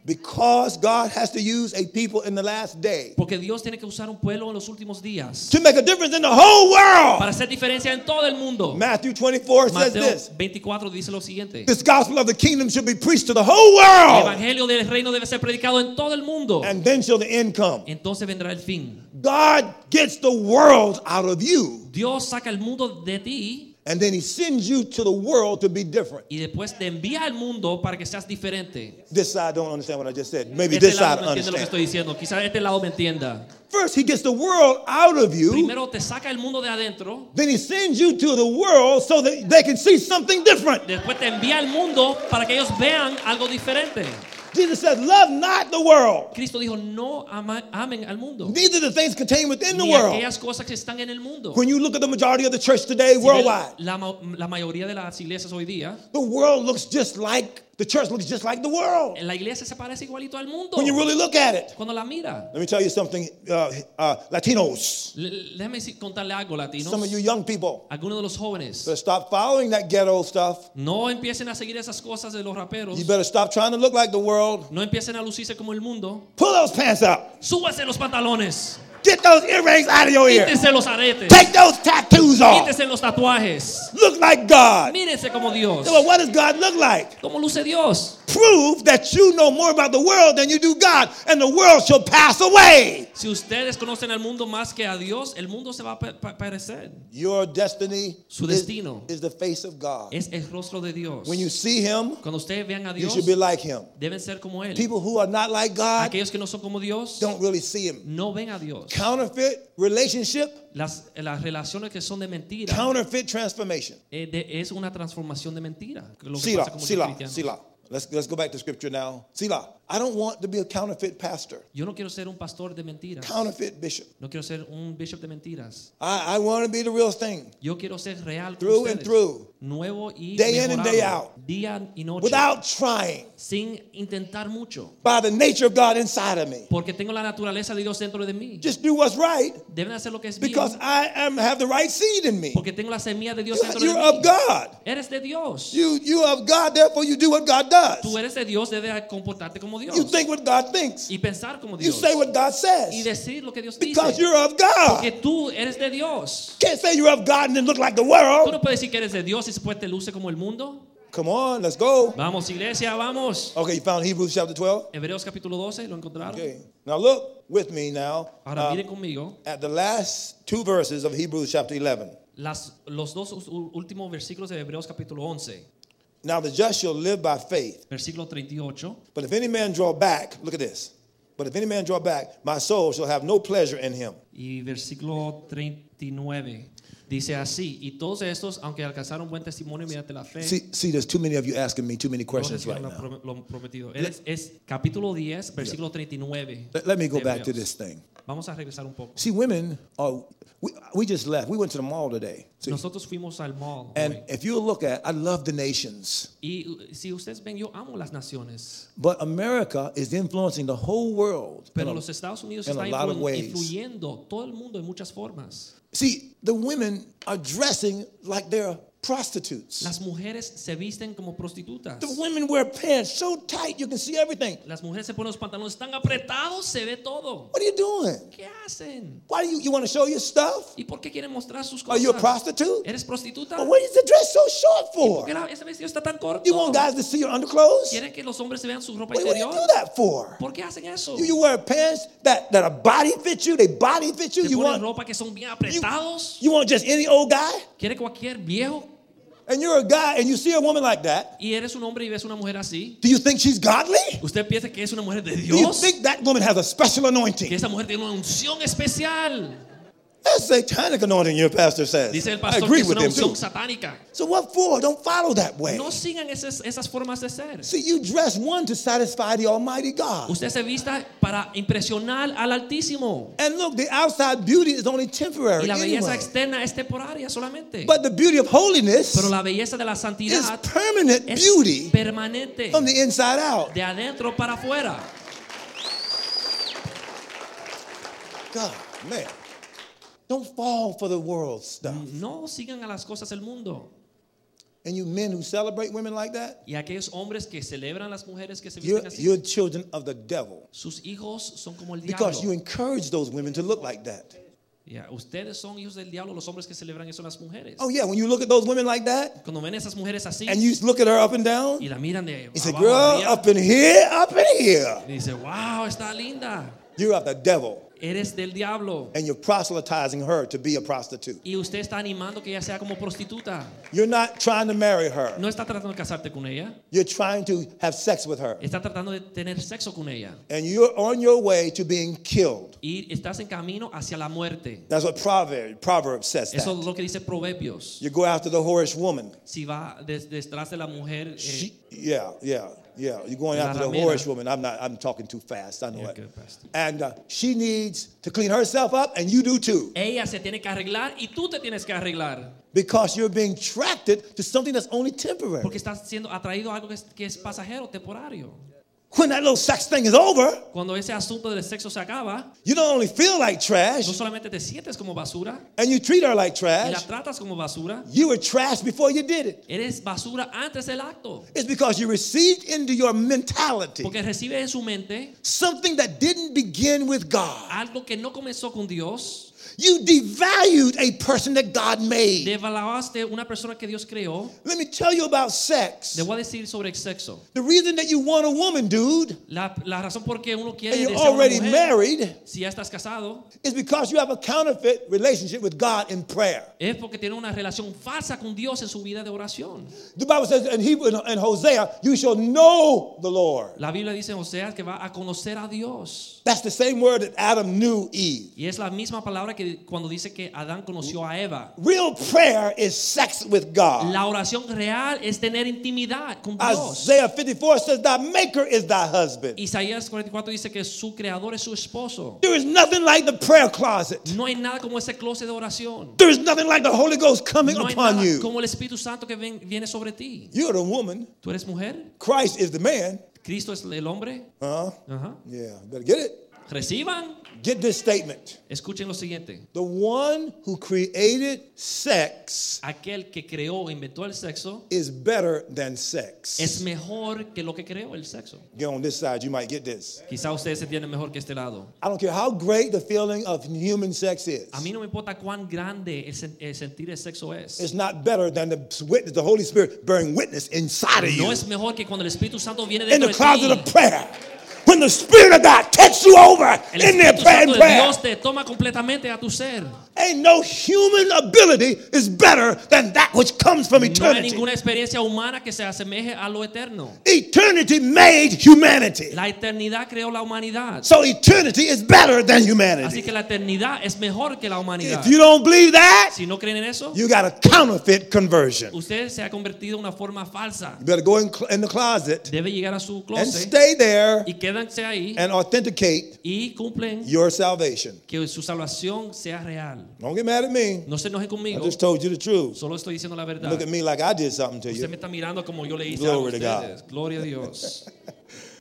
A: Because God has to use a people in the last day
B: Porque Dios tiene que usar un pueblo en los últimos días
A: to make a difference in the whole world.
B: para hacer diferencia en todo el mundo.
A: Matthew 24 says this
B: Mateo 24 dice lo siguiente.
A: This gospel of the kingdom should be preached to the whole
B: El
A: world,
B: evangelio del reino debe ser predicado en todo el mundo.
A: and then shall the end come.
B: Entonces vendrá el fin.
A: God gets the world out of you,
B: Dios saca el mundo de ti
A: and then He sends you to the world to be different.
B: y después te envía al mundo para que seas diferente.
A: This side don't understand what I just said. Maybe
B: Este
A: this side
B: lado no entiende lo que estoy
A: understand.
B: diciendo. Quizás este lado me entienda.
A: First, He gets the world out of you,
B: Primero te saca el mundo de adentro,
A: then He sends you to the world so that they can see something different.
B: después te envía al mundo para que ellos vean algo diferente.
A: Jesus says, Love not the world.
B: Cristo dijo, no ama- amen al mundo.
A: These are the things contained within the
B: Ni
A: world.
B: aquellas cosas que están en el mundo.
A: When you look at the majority of the church today
B: Si ves
A: worldwide,
B: La, ma- la mayoría de las iglesias hoy día,
A: the world looks just like the church looks just like the world.
B: la iglesia se parece igualito al mundo.
A: When you really look at it,
B: Cuando la mira,
A: let me tell you something, uh, uh, Latinos,
B: Le- déjame decir- contarle algo, latinos.
A: some of you young people,
B: Algunos de los jóvenes,
A: better stop following that ghetto stuff.
B: no empiecen a seguir esas cosas de los raperos.
A: You better stop trying to look like the world.
B: No empiecen a lucirse como el mundo.
A: Pull those pants up.
B: Súbase los pantalones.
A: Get those earrings out of your ear.
B: Quítense los aretes.
A: Oh, Take those tattoos off.
B: Quítense los tatuajes.
A: Look like God.
B: Mírense como Dios.
A: Well, what does God look like?
B: ¿Cómo luce Dios?
A: Prove that you know more about the world than you do God, and the world shall pass away.
B: Si ustedes conocen al mundo más que a Dios, el mundo se va a pa- pa- parecer.
A: Your destiny
B: Su
A: is,
B: destino.
A: is the face of God.
B: Es el rostro de Dios.
A: When you see Him,
B: Cuando ustedes vean a
A: you
B: Dios,
A: should be like Him.
B: deben ser como Él.
A: People who are not like God
B: Aquellos que no son como Dios,
A: don't really see Him.
B: no ven a Dios.
A: Counterfeit relationship,
B: Las, las relaciones que son de mentira.
A: counterfeit transformation.
B: Eh, de- es una transformación de mentira. Lo que pasa
A: Sila,
B: con muchos
A: Sila,
B: cristianos.
A: Sila. Let's, let's go back to scripture now. Sila, I don't want to be a counterfeit pastor,
B: Yo no quiero ser un pastor de mentiras.
A: counterfeit bishop.
B: No quiero ser un bishop de mentiras.
A: I, I want to be the real thing
B: Yo quiero ser real con
A: Through and
B: ustedes.
A: through.
B: Nuevo y
A: Day in and
B: mejorado.
A: day out.
B: Día y noche.
A: without trying
B: sin intentar mucho.
A: by the nature of God inside of me.
B: Porque tengo la naturaleza de Dios dentro de mí.
A: Just do what's right
B: Deben hacer lo que es
A: because
B: bien.
A: I am have the right seed in me.
B: Porque tengo la semilla de Dios
A: You're,
B: dentro de
A: you're
B: mí.
A: of God.
B: Eres de Dios.
A: You you of God, therefore you do what God
B: Tú
A: does.
B: eres de Dios, debes comportarte como como Dios.
A: You think what God thinks.
B: y pensar como
A: You
B: Dios.
A: say what God
B: Y
A: says.
B: decir lo que Dios
A: Because
B: dice.
A: you're of God.
B: Que tú eres de Dios.
A: Can't say you're of God and then look like the
B: Tú
A: world.
B: no puedes decir que eres de Dios y después te luce como el mundo.
A: Come on, let's go.
B: Vamos, iglesia, vamos.
A: Okay, you found Hebrews chapter 12?
B: Hebreos capítulo 12, ¿lo encontraron?
A: Okay. Now look with me now
B: Ahora
A: uh,
B: miren conmigo
A: at the last two verses of Hebrews chapter 11.
B: las, los dos u- últimos versículos de Hebreos capítulo 11,
A: Now the just shall live by faith.
B: versículo 38.
A: But if any man draw back, look at this. But if any man draw back, my soul shall have no pleasure in him.
B: Y versículo 39 dice así, y todos estos, aunque alcanzaron buen testimonio mediante la fe,
A: See, see, there's too many of you asking me too many
B: no
A: questions right
B: recibieron
A: now.
B: lo, prom- lo prometido. Es, es capítulo 10, versículo 39.
A: Let, let me go
B: de
A: back to
B: Hebreos.
A: this thing.
B: Vamos a regresar un poco.
A: See, women are, we, we just left. We went to the mall today. See?
B: Nosotros fuimos al mall.
A: And
B: hoy.
A: if you look at, I love the nations,
B: y uh, si ustedes ven, yo amo las naciones,
A: but America is influencing the whole world.
B: pero
A: And,
B: los Estados Unidos
A: in a
B: están
A: lot of
B: influ-
A: ways.
B: influyendo todo el mundo en muchas formas.
A: see, the women are dressing like they're prostitutes.
B: Las mujeres se visten como prostitutas.
A: The women wear pants so tight you can see everything.
B: Las mujeres se ponen los pantalones tan apretados, se ve todo.
A: What are you doing?
B: ¿Qué hacen?
A: Why do you, you want to show your stuff?
B: ¿Y por qué quieren mostrar sus
A: Are
B: cosas?
A: you a prostitute?
B: ¿Eres prostituta?
A: But what is the dress so short
B: ¿Por qué
A: for?
B: la- ese vestido está tan corto?
A: You want guys to see your underclothes?
B: ¿Quieren que los hombres se vean su ropa
A: What, what do you
B: interior?
A: do that for?
B: ¿Por qué hacen eso?
A: You, you wear pants that, that a body fit you, they body fit you.
B: ¿Te
A: You
B: ponen
A: want,
B: ropa que son bien apretados?
A: you want just any old guy?
B: ¿Quiere cualquier viejo?
A: And you're a guy and you see a woman like that.
B: Y eres un hombre y ves una mujer así.
A: Do you think she's godly?
B: ¿Usted piensa que es una mujer de
A: Do you
B: Dios?
A: think that woman has a special
B: Que
A: anointing?
B: esa mujer tiene una unción especial.
A: That's satanic anointing, your pastor says.
B: Dice el
A: I
B: pastor que
A: agree
B: es
A: with
B: una
A: him
B: unción
A: too.
B: satánica.
A: So what for? Don't follow that way.
B: No sigan esas, esas formas de ser.
A: See, you dress one to satisfy the Almighty God.
B: Usted se vista para impresionar al Altísimo.
A: And look, the outside beauty is only
B: Y
A: temporary.
B: la belleza
A: Anyway.
B: externa es temporaria solamente.
A: But the beauty of
B: Pero
A: holiness
B: la belleza de la
A: is
B: santidad
A: permanent
B: es
A: beauty
B: permanente.
A: from the inside out.
B: De adentro para afuera.
A: God, man. Don't fall for the world's stuff.
B: No sigan a las cosas del mundo.
A: And you men who celebrate women like that,
B: Y aquellos hombres que celebran las mujeres que se
A: you're,
B: visten así,
A: you're children of the devil.
B: sus hijos son como el
A: Because you
B: diablo.
A: encourage those women to look like that.
B: Ya, Ustedes son hijos del diablo, los hombres que celebran eso las mujeres.
A: Oh, yeah, when you look at those women like that
B: Cuando ven esas mujeres así
A: and you look at her up and down,
B: y la miran de
A: you say,
B: abajo
A: Girl,
B: arriba,
A: up in here, up in here.
B: y dice, wow, está linda.
A: You're of the devil.
B: Eres del diablo.
A: And you're proselytizing her to be a prostitute.
B: Y usted está animando que ella sea como prostituta.
A: You're not trying to marry her,
B: No está tratando de casarte con ella.
A: you're trying to have sex with her.
B: Está tratando de tener sexo con ella.
A: And you're on your way to being killed.
B: Y estás en camino hacia la muerte.
A: That's what Proverb, Proverb says. That.
B: Eso es lo que dice Proverbios.
A: You go after the whorish woman.
B: Si va des- detrás de la mujer. eh,
A: She, yeah, yeah, yeah. You're going
B: La
A: after the
B: ramera.
A: whorish woman. I'm not. I'm talking too fast. I know
B: You're
A: it.
B: good, Pastor.
A: And uh, she needs to clean herself up, and you do too,
B: ella se tiene que arreglar y tú te tienes que arreglar.
A: because you're being attracted to something that's only temporary.
B: Porque estás siendo atraído a algo que es, que es pasajero, temporario.
A: When that little sex thing is over,
B: Cuando ese asunto del sexo se acaba,
A: you don't only feel like trash,
B: no solamente te sientes como basura
A: and you treat her like
B: y la
A: trash.
B: tratas como basura,
A: You were trash before you did it.
B: eres basura antes del acto.
A: It's because you received into your mentality
B: Porque recibe en su mente
A: something that didn't begin with God.
B: algo que no comenzó con Dios.
A: You devalued a person that God made.
B: Devaluaste una persona que Dios creó.
A: Let me tell you about sex.
B: Le voy a decir sobre el sexo.
A: The reason that you want a woman, dude,
B: La, la razón por qué uno quiere
A: and you're
B: desear una
A: already
B: mujer,
A: married,
B: si ya estás casado,
A: is because you have a counterfeit relationship with God in prayer.
B: es porque tiene una relación falsa con Dios en su vida de oración.
A: The Bible says in Hebrew and Hosea, you shall know the Lord.
B: La Biblia dice en Oseas que va a conocer a Dios.
A: That's the same word that Adam knew Eve.
B: Y es la misma palabra que cuando dice que Adán conoció a Eva.
A: Real prayer is sex with God.
B: La oración real es tener intimidad con Dios.
A: Isaiah 54 says, Thy maker is thy husband.
B: Isaías 44 dice que su creador es su esposo.
A: There is nothing like the prayer closet.
B: No hay nada como ese closet de oración.
A: There is nothing like the Holy Ghost coming
B: No hay
A: upon
B: nada
A: you.
B: como el Espíritu Santo que ven- viene sobre ti.
A: You're the woman.
B: ¿Tú eres mujer?
A: Christ is the man.
B: ¿Cristo es el hombre?
A: Huh?
B: Ajá.
A: Yeah, better get it.
B: Reciban,
A: Get this statement.
B: escuchen lo siguiente.
A: The one who created sex
B: Aquel que creó o inventó el sexo
A: is better than sex.
B: es mejor que lo que creó el sexo.
A: Get on this side, you might get this.
B: Quizá ustedes se entienden mejor que este lado.
A: I don't care how great the feeling of human sex is.
B: A mí no me importa cuán grande el, sen- el sentir el sexo es.
A: It's not better than the witness, the Holy Spirit bearing witness inside of you
B: No es mejor que cuando el Espíritu Santo viene
A: in
B: dentro
A: the
B: de
A: closet of
B: ti.
A: prayer. When the Spirit of God takes you over
B: El
A: in there
B: Espíritu
A: praying
B: Santo de
A: prayer.
B: Dios te toma completamente a tu ser.
A: Ain't no human ability is better than that which comes from
B: No hay
A: eternity.
B: ninguna experiencia humana que se asemeje a lo eterno.
A: Eternity made humanity.
B: La eternidad creó la humanidad.
A: So eternity is better than
B: Así
A: humanity.
B: que la eternidad es mejor que la humanidad.
A: If you don't believe that,
B: Si no creen en eso,
A: you got a counterfeit conversion.
B: usted se ha convertido en una forma falsa.
A: You better go in, cl- in the closet
B: Debe llegar a su
A: and
B: closet
A: stay there
B: y quédanse ahí
A: and authenticate
B: y cumplen
A: your salvation.
B: que su salvación sea real.
A: Don't get mad at me.
B: No se enojen
A: I
B: conmigo.
A: just told you the truth.
B: Solo estoy diciendo la verdad.
A: Look at me like I did something to
B: Usted
A: you.
B: me está mirando como yo le hice
A: Glory to
B: a ustedes. Gloria a Dios.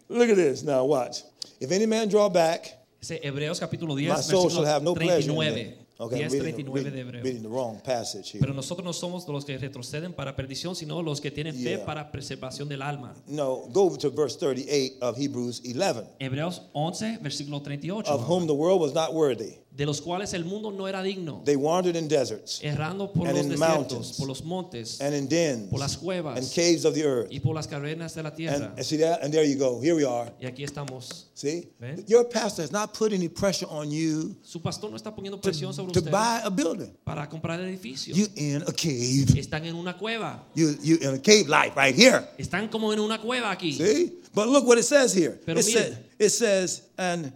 A: Look at this. Now watch. If any man draw back,
B: Ese Hebreos capítulo
A: my
B: 10,
A: soul shall
B: versículo
A: have no pleasure in them.
B: 39.
A: Okay, I'm
B: 10,
A: reading, the-
B: 39 de
A: reading,
B: Hebreos.
A: reading the wrong passage here.
B: Pero nosotros no somos los que retroceden para perdición, sino los que tienen fe
A: Yeah.
B: para preservación del alma.
A: No, go over to verse 38 of Hebrews 11.
B: Hebreos 11, versículo 38.
A: Of whom the world was not worthy.
B: de los cuales el mundo no era digno,
A: They wandered in deserts
B: errando por
A: And
B: los
A: in
B: desiertos,
A: mountains.
B: por los montes
A: and in dens
B: Por las cuevas.
A: and caves of the earth.
B: y por las cavernas de la
A: And,
B: tierra.
A: and see that? And there you go. Here we are.
B: Y aquí estamos.
A: See?
B: Ven.
A: Your pastor has not put any pressure on you
B: Su pastor no está poniendo presión sobre
A: to
B: usted
A: buy a building.
B: para comprar edificios.
A: You in a cave.
B: Están en una cueva.
A: You you in a cave life right here.
B: Están como en una cueva aquí.
A: See? But look what it says here.
B: Pero
A: it,
B: mire.
A: says, it says, and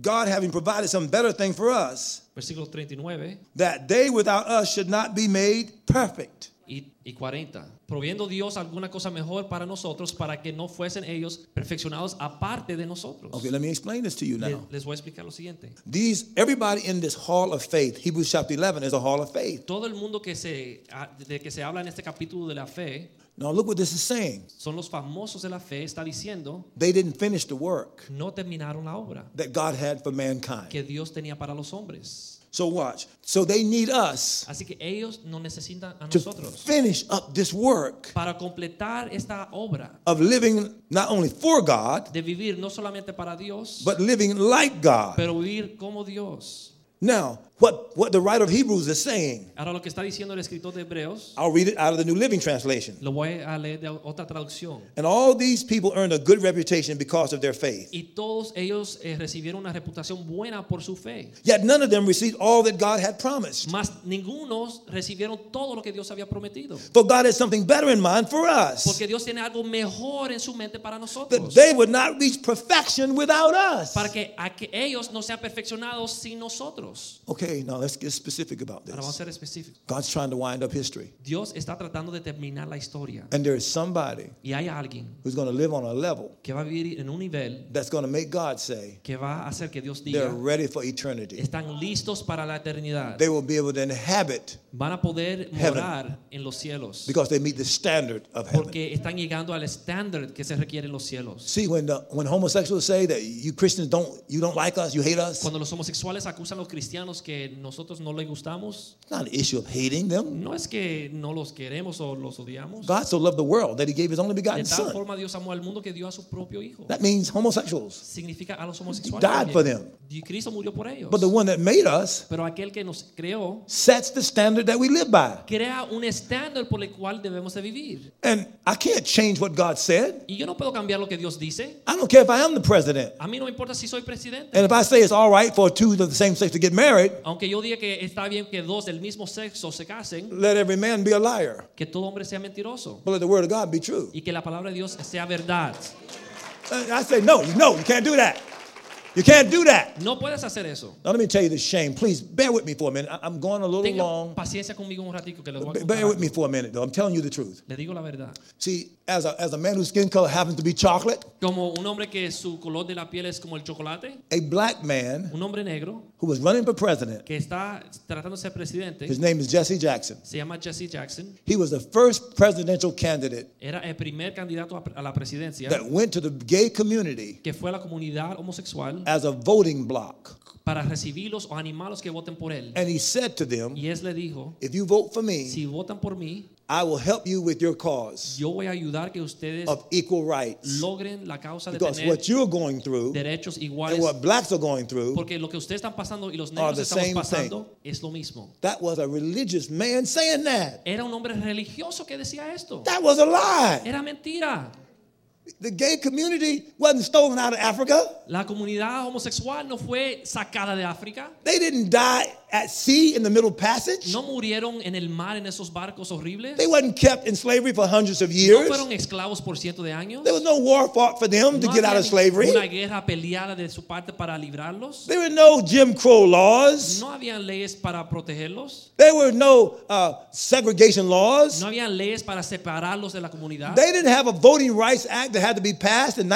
A: God having provided some better thing for us,
B: Versículos 39
A: that they without us should not be made perfect.
B: y, y 40. Proviendo Dios alguna cosa mejor para nosotros para que no fuesen ellos perfeccionados aparte de nosotros.
A: Okay, let me explain this to you
B: Le-
A: now.
B: les voy a explicar lo siguiente.
A: These everybody in this hall of faith, Hebrews chapter 11 is a hall of faith.
B: Todo el mundo que se, ah, de que se habla en este capítulo de la fe
A: Now look what this is saying.
B: son los famosos de la fe, está diciendo,
A: They didn't finish the work
B: no terminaron la obra
A: that God had for mankind.
B: que Dios tenía para los hombres.
A: So watch. So they need us
B: Así que ellos no necesitan a
A: to
B: nosotros
A: finish up this work
B: para completar esta obra
A: of living not only for God,
B: de vivir no solamente para Dios,
A: but living like God.
B: pero vivir como Dios.
A: Now, what, what the writer of Hebrews is saying,
B: Ahora lo que está diciendo el escritor de Hebreos,
A: I'll read it out of the New Living Translation.
B: lo voy a leer de otra traducción.
A: And all these people earned a good reputation because of their faith.
B: Y todos ellos eh, recibieron una reputación buena por su fe.
A: Yet none of them received all that God had promised.
B: Mas ningunos recibieron todo lo que Dios había prometido.
A: For God has something better in mind for us.
B: Porque Dios tiene algo mejor en su mente para
A: That
B: nosotros.
A: they would not reach perfection without us.
B: para que, a que ellos no sean perfeccionados sin nosotros.
A: Okay, now let's get specific about
B: Ahora vamos a
A: this.
B: ser específicos.
A: God's trying to wind up history.
B: Dios está tratando de terminar la historia.
A: And there is somebody
B: Y hay alguien
A: who's going to live on a level
B: que va a vivir en un nivel
A: that's going to make God say,
B: que va a hacer que Dios
A: they're
B: diga,
A: ready for eternity.
B: están listos para la eternidad.
A: They will be able to inhabit
B: Van a poder morar en los cielos
A: because they meet the standard of heaven.
B: porque están llegando al estándar que se requiere en los cielos.
A: See, when, the, when homosexuals say that you Christians don't, you don't like us, you hate us,
B: Cuando los homosexuales acusan a los cristianos que nosotros no les gustamos,
A: it's not an issue of hating them.
B: no es que no los queremos o los odiamos.
A: God so loved the world that he gave his only
B: De
A: begotten
B: tal
A: son.
B: forma Dios amó al mundo que dio a su propio hijo.
A: That means homosexuals.
B: significa a los homosexuales.
A: died for
B: también. Y Cristo murió por ellos.
A: But the one that made us
B: Pero aquel que nos creó
A: sets the standard that we live by.
B: crea un estándar por el cual debemos de vivir.
A: And I can't change what God said.
B: Y yo no puedo cambiar lo que Dios dice.
A: I don't care if I am the president.
B: A mí no me importa si soy presidente.
A: And if I say it's all right for two of the same sex to get married,
B: Aunque yo diga que está bien que dos del mismo sexo se casen,
A: let every man be a liar.
B: que todo hombre sea mentiroso
A: But let the word of God be true.
B: y que la palabra de Dios sea verdad.
A: And I say, no, no, you can't do that. You can't do that.
B: No puedes hacer eso.
A: Now, let me tell you the shame. Please bear with me for a minute. I- I'm going a little
B: Tenga
A: long.
B: paciencia conmigo un ratico que les voy a
A: Be-
B: contar
A: Bear with
B: algo.
A: me for a minute, though. I'm telling you the truth.
B: Le digo la verdad.
A: See, as a, as a man whose skin color happens to be chocolate,
B: Como un hombre que su color de la piel es como el chocolate,
A: A black man
B: un hombre negro
A: who was running for president,
B: que está tratando de ser presidente,
A: his name is Jesse Jackson.
B: se llama Jesse Jackson,
A: He was the first presidential candidate
B: era el primer candidato a- a la presidencia
A: that went to the gay community
B: que fue a la comunidad homosexual
A: as a voting block.
B: para recibirlos o animarlos que voten por él.
A: And he said to them,
B: Y él le dijo,
A: If you vote for me,
B: si votan por mí,
A: I will help you with your cause
B: yo voy a ayudar que ustedes
A: of equal rights.
B: logren la causa de
A: Because
B: tener
A: what you're going through
B: derechos
A: and
B: iguales.
A: what blacks are going through,
B: Porque lo que ustedes están pasando y los
A: Are
B: negros
A: the
B: estamos
A: same
B: pasando es lo mismo.
A: that was a religious man saying that.
B: Era un hombre religioso que decía esto.
A: That was a lie.
B: Era mentira.
A: The gay community wasn't stolen out of Africa.
B: La comunidad homosexual no fue sacada de África.
A: They didn't die at sea in the Middle Passage.
B: No murieron en el mar en esos barcos horribles.
A: They wasn't kept in slavery for hundreds of
B: No
A: years.
B: fueron esclavos por ciento de años.
A: There was no war fought for them to
B: No
A: get out
B: había
A: of slavery.
B: Una guerra peleada de su parte para librarlos.
A: There were no Jim Crow laws.
B: No habían leyes para protegerlos.
A: There were no uh, segregation laws.
B: No habían leyes para separarlos de la comunidad.
A: They didn't have a Voting Rights Act that had to be passed in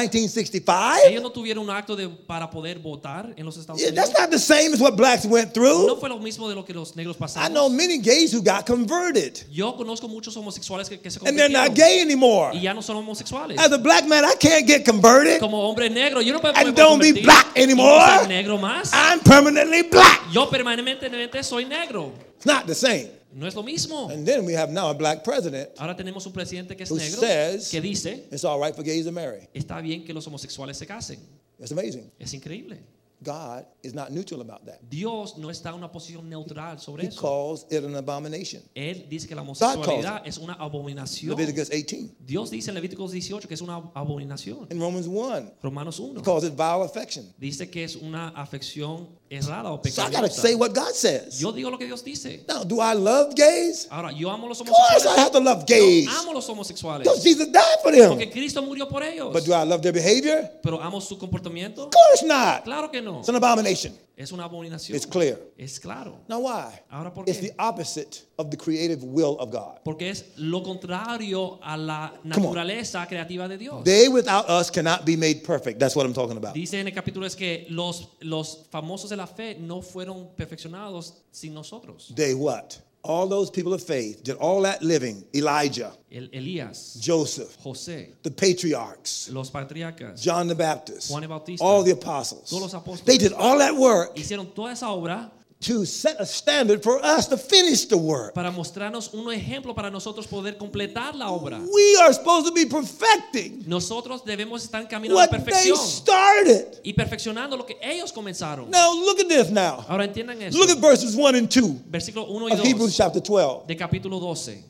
A: 1965.
B: Ellos no tuvieron un acto de, para poder votar en los Estados
A: Yeah,
B: Unidos.
A: that's not the same as what blacks went
B: No
A: through.
B: fue lo mismo de lo que los negros
A: I know
B: pasaron.
A: many gays who got converted
B: Yo conozco muchos homosexuales que, que se
A: and they're not
B: convirtieron
A: gay anymore.
B: y ya no son homosexuales.
A: As a black man, I can't get converted.
B: Como hombre negro, yo no puedo
A: And
B: me puedo
A: don't be
B: convertir
A: black
B: y no
A: anymore. Ah.
B: ser negro más.
A: I'm permanently black.
B: Yo permanentemente soy negro.
A: It's not the same.
B: No es lo mismo.
A: And then we have now a black president.
B: Ahora tenemos un presidente que es
A: Who
B: negro
A: says-
B: que dice,
A: It's all right for gays to marry.
B: está bien que los homosexuales se casen.
A: It's amazing.
B: Es increíble.
A: God is not neutral about that.
B: Dios no está en una posición neutral sobre
A: He
B: eso.
A: calls it an abomination.
B: Él dice que la
A: calls
B: homosexualidad es una abominación.
A: Leviticus 18.
B: Dios dice en Levíticos 18 que es una abominación.
A: In Romans 1,
B: Romanos
A: he
B: 1
A: calls it vile affection.
B: dice que es una afección errada o
A: So I got to say
B: pecaminosa.
A: what God says.
B: Yo digo lo que Dios dice.
A: Now, do I love gays?
B: Ahora, yo amo los
A: Of course I
B: homosexuales.
A: have to love gays.
B: Yo amo los homosexuales.
A: Because Jesus died for them.
B: Porque Cristo murió por ellos.
A: But do I love their behavior?
B: Pero amo su comportamiento.
A: Of course not.
B: Claro que no.
A: It's an abomination.
B: Es una abominación.
A: It's clear.
B: Es claro.
A: Now, why?
B: Ahora, ¿por
A: It's the
B: qué?
A: opposite of the creative will of God.
B: Porque es lo contrario a la naturaleza creativa de Dios.
A: They without us cannot be made perfect. That's what I'm talking about.
B: Dice en el capítulo es que los, los famosos de la fe no fueron perfeccionados sin nosotros.
A: They what? All those people of faith did all that living Elijah,
B: El, Elías,
A: Joseph,
B: José,
A: the patriarchs,
B: los patriarcas
A: John the Baptist,
B: Juan el Bautista.
A: all the apostles.
B: Todos los apóstoles.
A: They did all that work
B: hicieron toda esa obra
A: to set a standard for us to finish the work.
B: para mostrarnos un ejemplo para nosotros poder completar la obra.
A: We are supposed to be perfecting
B: Nosotros debemos estar en camino a la
A: what they
B: perfección
A: started.
B: y perfeccionando lo que ellos comenzaron.
A: Now look at this now.
B: Ahora entiendan eso.
A: Look at verses 1 and 2
B: Versículo 1
A: of
B: y 2
A: Hebrews chapter 12.
B: de capítulo 12.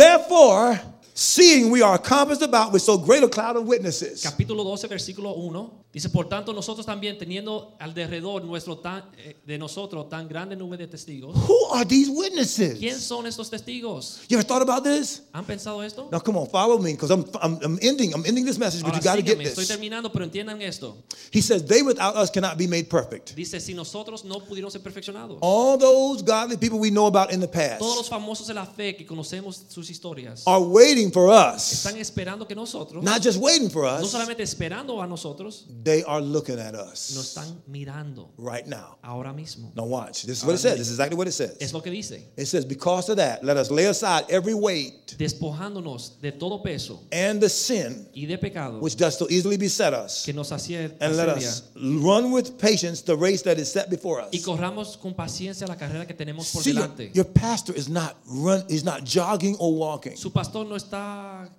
A: Therefore, seeing we are compassed about with so great a cloud of witnesses.
B: Capítulo 12, versículo 1. Dice, por tanto, nosotros también teniendo alrededor nuestro tan- eh, de nosotros tan grande nube de testigos.
A: Who are these
B: ¿Quién
A: witnesses?
B: son estos testigos?
A: You ever thought about this?
B: ¿Han pensado esto?
A: Now come on, follow me because I'm, I'm, I'm ending. I'm ending this message, but
B: Ahora
A: you got to get
B: síganme, estoy
A: this.
B: terminando, pero entiendan esto.
A: He says, They without us cannot be made perfect.
B: Dice, si nosotros no pudieron ser perfeccionados,
A: All those godly people we know about in the
B: todos los
A: past
B: famosos de la fe que conocemos sus historias
A: are waiting for us.
B: están esperando que nosotros,
A: Oh, Not just waiting for
B: no
A: us,
B: solamente esperando a nosotros,
A: they are looking at
B: nos
A: us
B: están mirando
A: right now.
B: ahora mismo.
A: Now watch. This is what it says. This is exactly what it
B: Es
A: says.
B: lo que dice,
A: It says, Because of that, let us lay aside every weight
B: despojándonos de todo peso
A: and the sin
B: y de pecado
A: which does so easily beset us,
B: que nos asie-
A: and let
B: asedia.
A: us run with patience the race that is set before us.
B: Y corramos con paciencia la carrera que tenemos por
A: See, your,
B: delante.
A: your pastor is not run. He's not jogging or walking.
B: Su pastor no está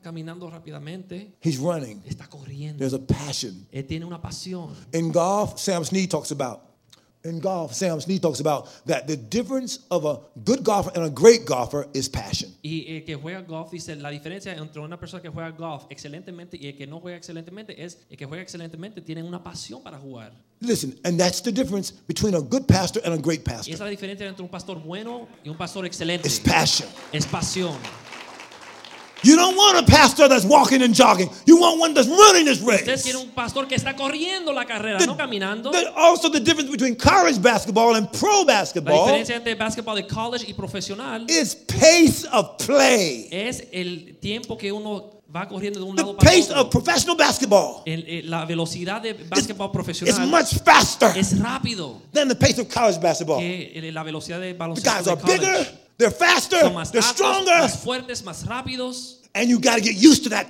B: caminando rápidamente,
A: He's running.
B: está corriendo.
A: There's a passion
B: Él tiene una pasión.
A: in golf. Sam Snead talks about. In golf, Sam Snead talks about that the difference of a good golfer and a great golfer is passion.
B: Y el que juega golf dice, la diferencia entre una persona que juega golf excelentemente y el que no juega excelentemente es el que juega excelentemente tiene una pasión para jugar.
A: Listen, and that's the difference between a good pastor and a great
B: Y
A: pastor.
B: esa es la diferencia entre un pastor bueno y un pastor excelente.
A: It's passion.
B: Es pasión.
A: You don't want a pastor that's walking and jogging. You want one that's running this
B: Usted
A: race.
B: quiere un pastor que está corriendo la carrera, no caminando.
A: But also the difference between college basketball and pro
B: La
A: basketball
B: diferencia entre basketball de college y profesional
A: is pace of play.
B: es el tiempo que uno va corriendo de un
A: The
B: lado para
A: pace
B: otro.
A: of professional basketball
B: El- eh, la velocidad de básquetbol
A: is
B: profesional
A: much faster
B: es rápido
A: than the pace of college basketball. The
B: que el- la velocidad de
A: guys
B: baloncesto
A: are
B: de college.
A: bigger, they're faster,
B: Son más
A: they're
B: altos,
A: stronger,
B: más fuertes, más rápidos
A: and you got to get used to that
B: y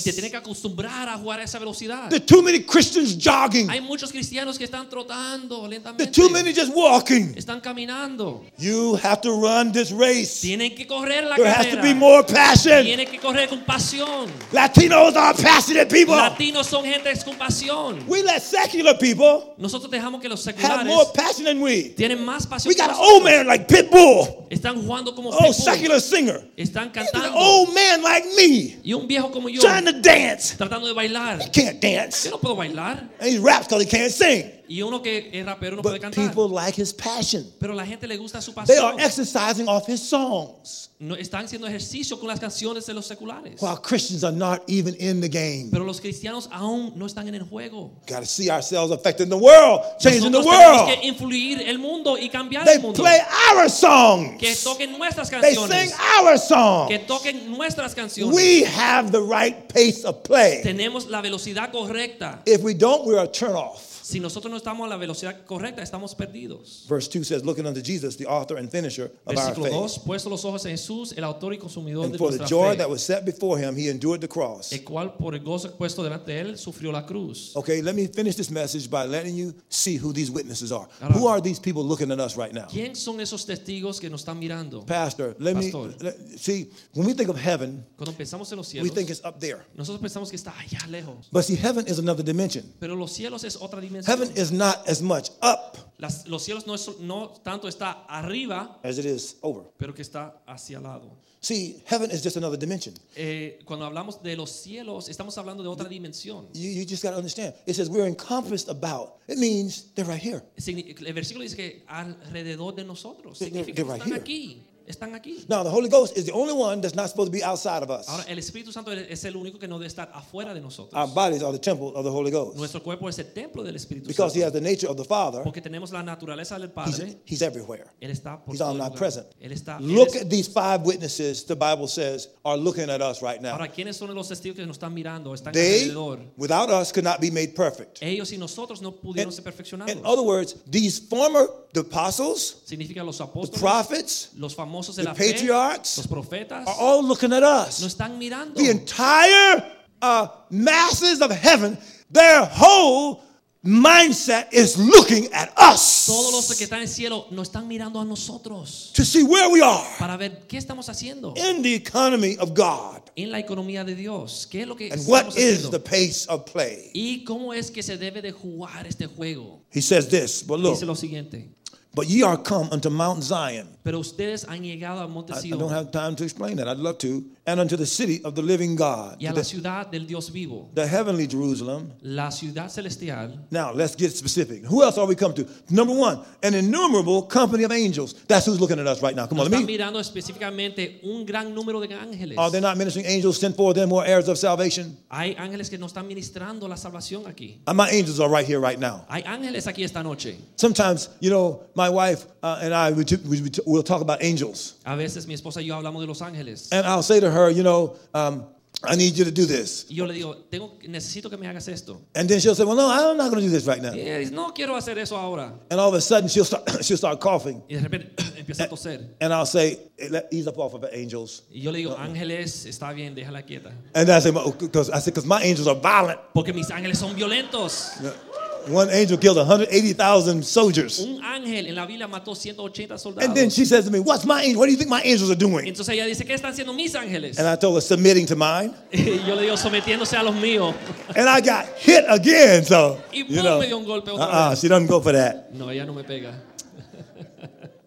B: te
A: pace.
B: tienes que acostumbrar a jugar a esa velocidad.
A: There are too many Christians jogging,
B: Hay muchos cristianos que están trotando
A: there are
B: lentamente.
A: too many just walking.
B: Están caminando.
A: You have to run this race.
B: Tienen que correr la
A: There has
B: carrera.
A: to be more passion.
B: Tienen que correr con pasión.
A: Latinos are passionate people.
B: Latinos son gente con pasión.
A: We let secular people
B: Nosotros dejamos que los
A: have
B: seculares
A: more passion than we.
B: tienen más pasión.
A: We
B: que
A: got an
B: nosotros.
A: old man like Pitbull.
B: Están jugando como
A: Oh,
B: pitbull.
A: secular singer.
B: Están
A: He's an
B: cantando.
A: old man like me
B: Y un viejo como yo
A: trying to dance.
B: tratando de bailar.
A: Can't dance.
B: Yo no puedo bailar.
A: And he raps because he can't sing.
B: Y uno que es rapero no puede
A: But
B: cantar.
A: people like his passion.
B: Pero la gente le gusta su
A: They are
B: pasión.
A: exercising off his songs
B: No, están haciendo ejercicio con las canciones de los seculares.
A: while Christians are not even in the game.
B: Pero los cristianos aún no están en el juego.
A: Got to see ourselves affecting the world, changing the
B: Nosotros tenemos
A: world.
B: que influir el mundo y cambiar
A: They
B: el mundo.
A: play our
B: Que
A: songs.
B: toquen nuestras
A: They sing
B: canciones.
A: our songs.
B: Que toquen nuestras canciones.
A: We have the right pace of play.
B: Tenemos la velocidad correcta.
A: If we don't, we're a turnoff.
B: Si nosotros no estamos a la velocidad correcta, estamos perdidos.
A: Verse 2 says, Looking unto Jesus, the author and finisher of our
B: Versículo
A: faith.
B: 2. Puesto los ojos en Jesús, el autor y consumidor
A: And
B: de
A: for the
B: nuestra
A: joy
B: fe,
A: that was set before him, he endured the cross.
B: el cual por el gozo puesto delante de él sufrió la cruz.
A: Okay, let me finish this message by letting you see who these witnesses are.
B: All right.
A: Who are these people looking at us right now?
B: ¿Quién son esos testigos que nos están mirando?
A: Pastor, let me
B: Pastor.
A: let- see. When we think of heaven,
B: Cuando pensamos en los
A: we
B: cielos,
A: think it's up there.
B: nosotros pensamos que está allá lejos.
A: But see, heaven is another dimension.
B: Pero los cielos es otra dimensión.
A: Heaven is not as much up
B: Las- los cielos no, es- no tanto está arriba,
A: as it is over.
B: pero que está hacia el lado.
A: See, heaven is just another dimension.
B: Eh, cuando hablamos de los cielos, estamos hablando de otra dimensión.
A: You, you just got to understand. It says we're encompassed about. It means they're right here.
B: Signi- El versículo dice que alrededor de nosotros.
A: They- they-
B: Significa
A: they're
B: que
A: right
B: están
A: here.
B: aquí. Están aquí.
A: Now, the Holy Ghost is the only one that's not supposed to be outside of
B: Ahora,
A: us.
B: el Espíritu Santo es el único que no debe estar afuera de
A: Our
B: nosotros.
A: bodies are the temple of the Holy Ghost.
B: Nuestro cuerpo es el templo del Espíritu
A: Because he
B: Santo.
A: has the nature of the Father,
B: Porque tenemos la naturaleza del
A: he's,
B: Padre.
A: he's everywhere.
B: Él está por
A: He's
B: todo lugar.
A: omnipresent.
B: Él está. Él
A: Look
B: es-
A: at these five witnesses, the Bible says, are looking at us right now.
B: Ahora, ¿quiénes son los testigos que nos están mirando? Están
A: They,
B: alrededor.
A: without us, could not be made perfect.
B: Ellos y nosotros no pudieron ser perfeccionados.
A: In other words, these former the apostles,
B: Significa los
A: the
B: apóstoles,
A: prophets,
B: los famosos
A: the
B: de la fe,
A: patriarchs
B: los profetas,
A: are all looking at us.
B: nos están mirando.
A: the entire uh, masses of heaven, their whole mindset is looking at
B: Todos los
A: us
B: que están en el cielo nos están mirando a nosotros
A: to see where we are
B: para ver qué estamos haciendo
A: in the economy of God
B: en la economía de Dios. ¿Qué es lo que
A: and
B: estamos
A: what is the
B: haciendo?
A: pace of play.
B: ¿Y cómo es que se debe de jugar este juego?
A: He says this, but
B: Dice lo
A: look,
B: siguiente.
A: but ye are come unto Mount Zion.
B: Pero ustedes han llegado a Monte
A: I, I
B: Sion
A: don't have time to explain that. I'd love to. And unto the city of the living God,
B: y a
A: to
B: la
A: the,
B: ciudad del Dios vivo,
A: the heavenly Jerusalem.
B: la ciudad celestial.
A: Now let's get specific. Who else are we come to? Number one, an innumerable company of angels. That's who's looking at us right now. Come on, let
B: Están
A: me
B: mirando específicamente un gran número de ángeles.
A: Are there not ministering angels sent for them or heirs of salvation?
B: Hay ángeles que nos están ministrando la salvación aquí.
A: Uh, My angels are right here, right now.
B: Hay ángeles aquí esta noche.
A: Sometimes, you know, my wife uh, and I, we, t- we, we t- we'll talk about angels.
B: A veces mi esposa y yo hablamos de los ángeles.
A: And I'll say to her, you know, um, I need you to do this.
B: Y yo le digo, Tengo, necesito que me hagas esto.
A: And then she'll say, well, no, I'm not going to do this right now.
B: Y ella dice, no quiero hacer eso ahora.
A: And all of a sudden, she'll start, she'll start coughing.
B: Y de repente empieza a toser.
A: And I'll say, "Eh, let- ease up off of it, angels.
B: Y yo le digo, ángeles, está bien, déjala quieta.
A: And I say, because I said, because my angels are violent.
B: Porque mis ángeles son violentos.
A: One angel killed 180,000 soldiers.
B: Un ángel en la Biblia mató 180
A: And then
B: soldados.
A: she says to me, what's my angel? What do you think my angels are doing?
B: Entonces ella dice, ¿qué están haciendo mis ángeles?
A: And I told her, submitting to mine.
B: Y yo le digo, sometiéndose a los míos.
A: And I got hit again, so
B: Y
A: you
B: boom,
A: know,
B: me dio un golpe otra
A: uh-uh,
B: vez.
A: she doesn't go for that.
B: No, ella no me pega.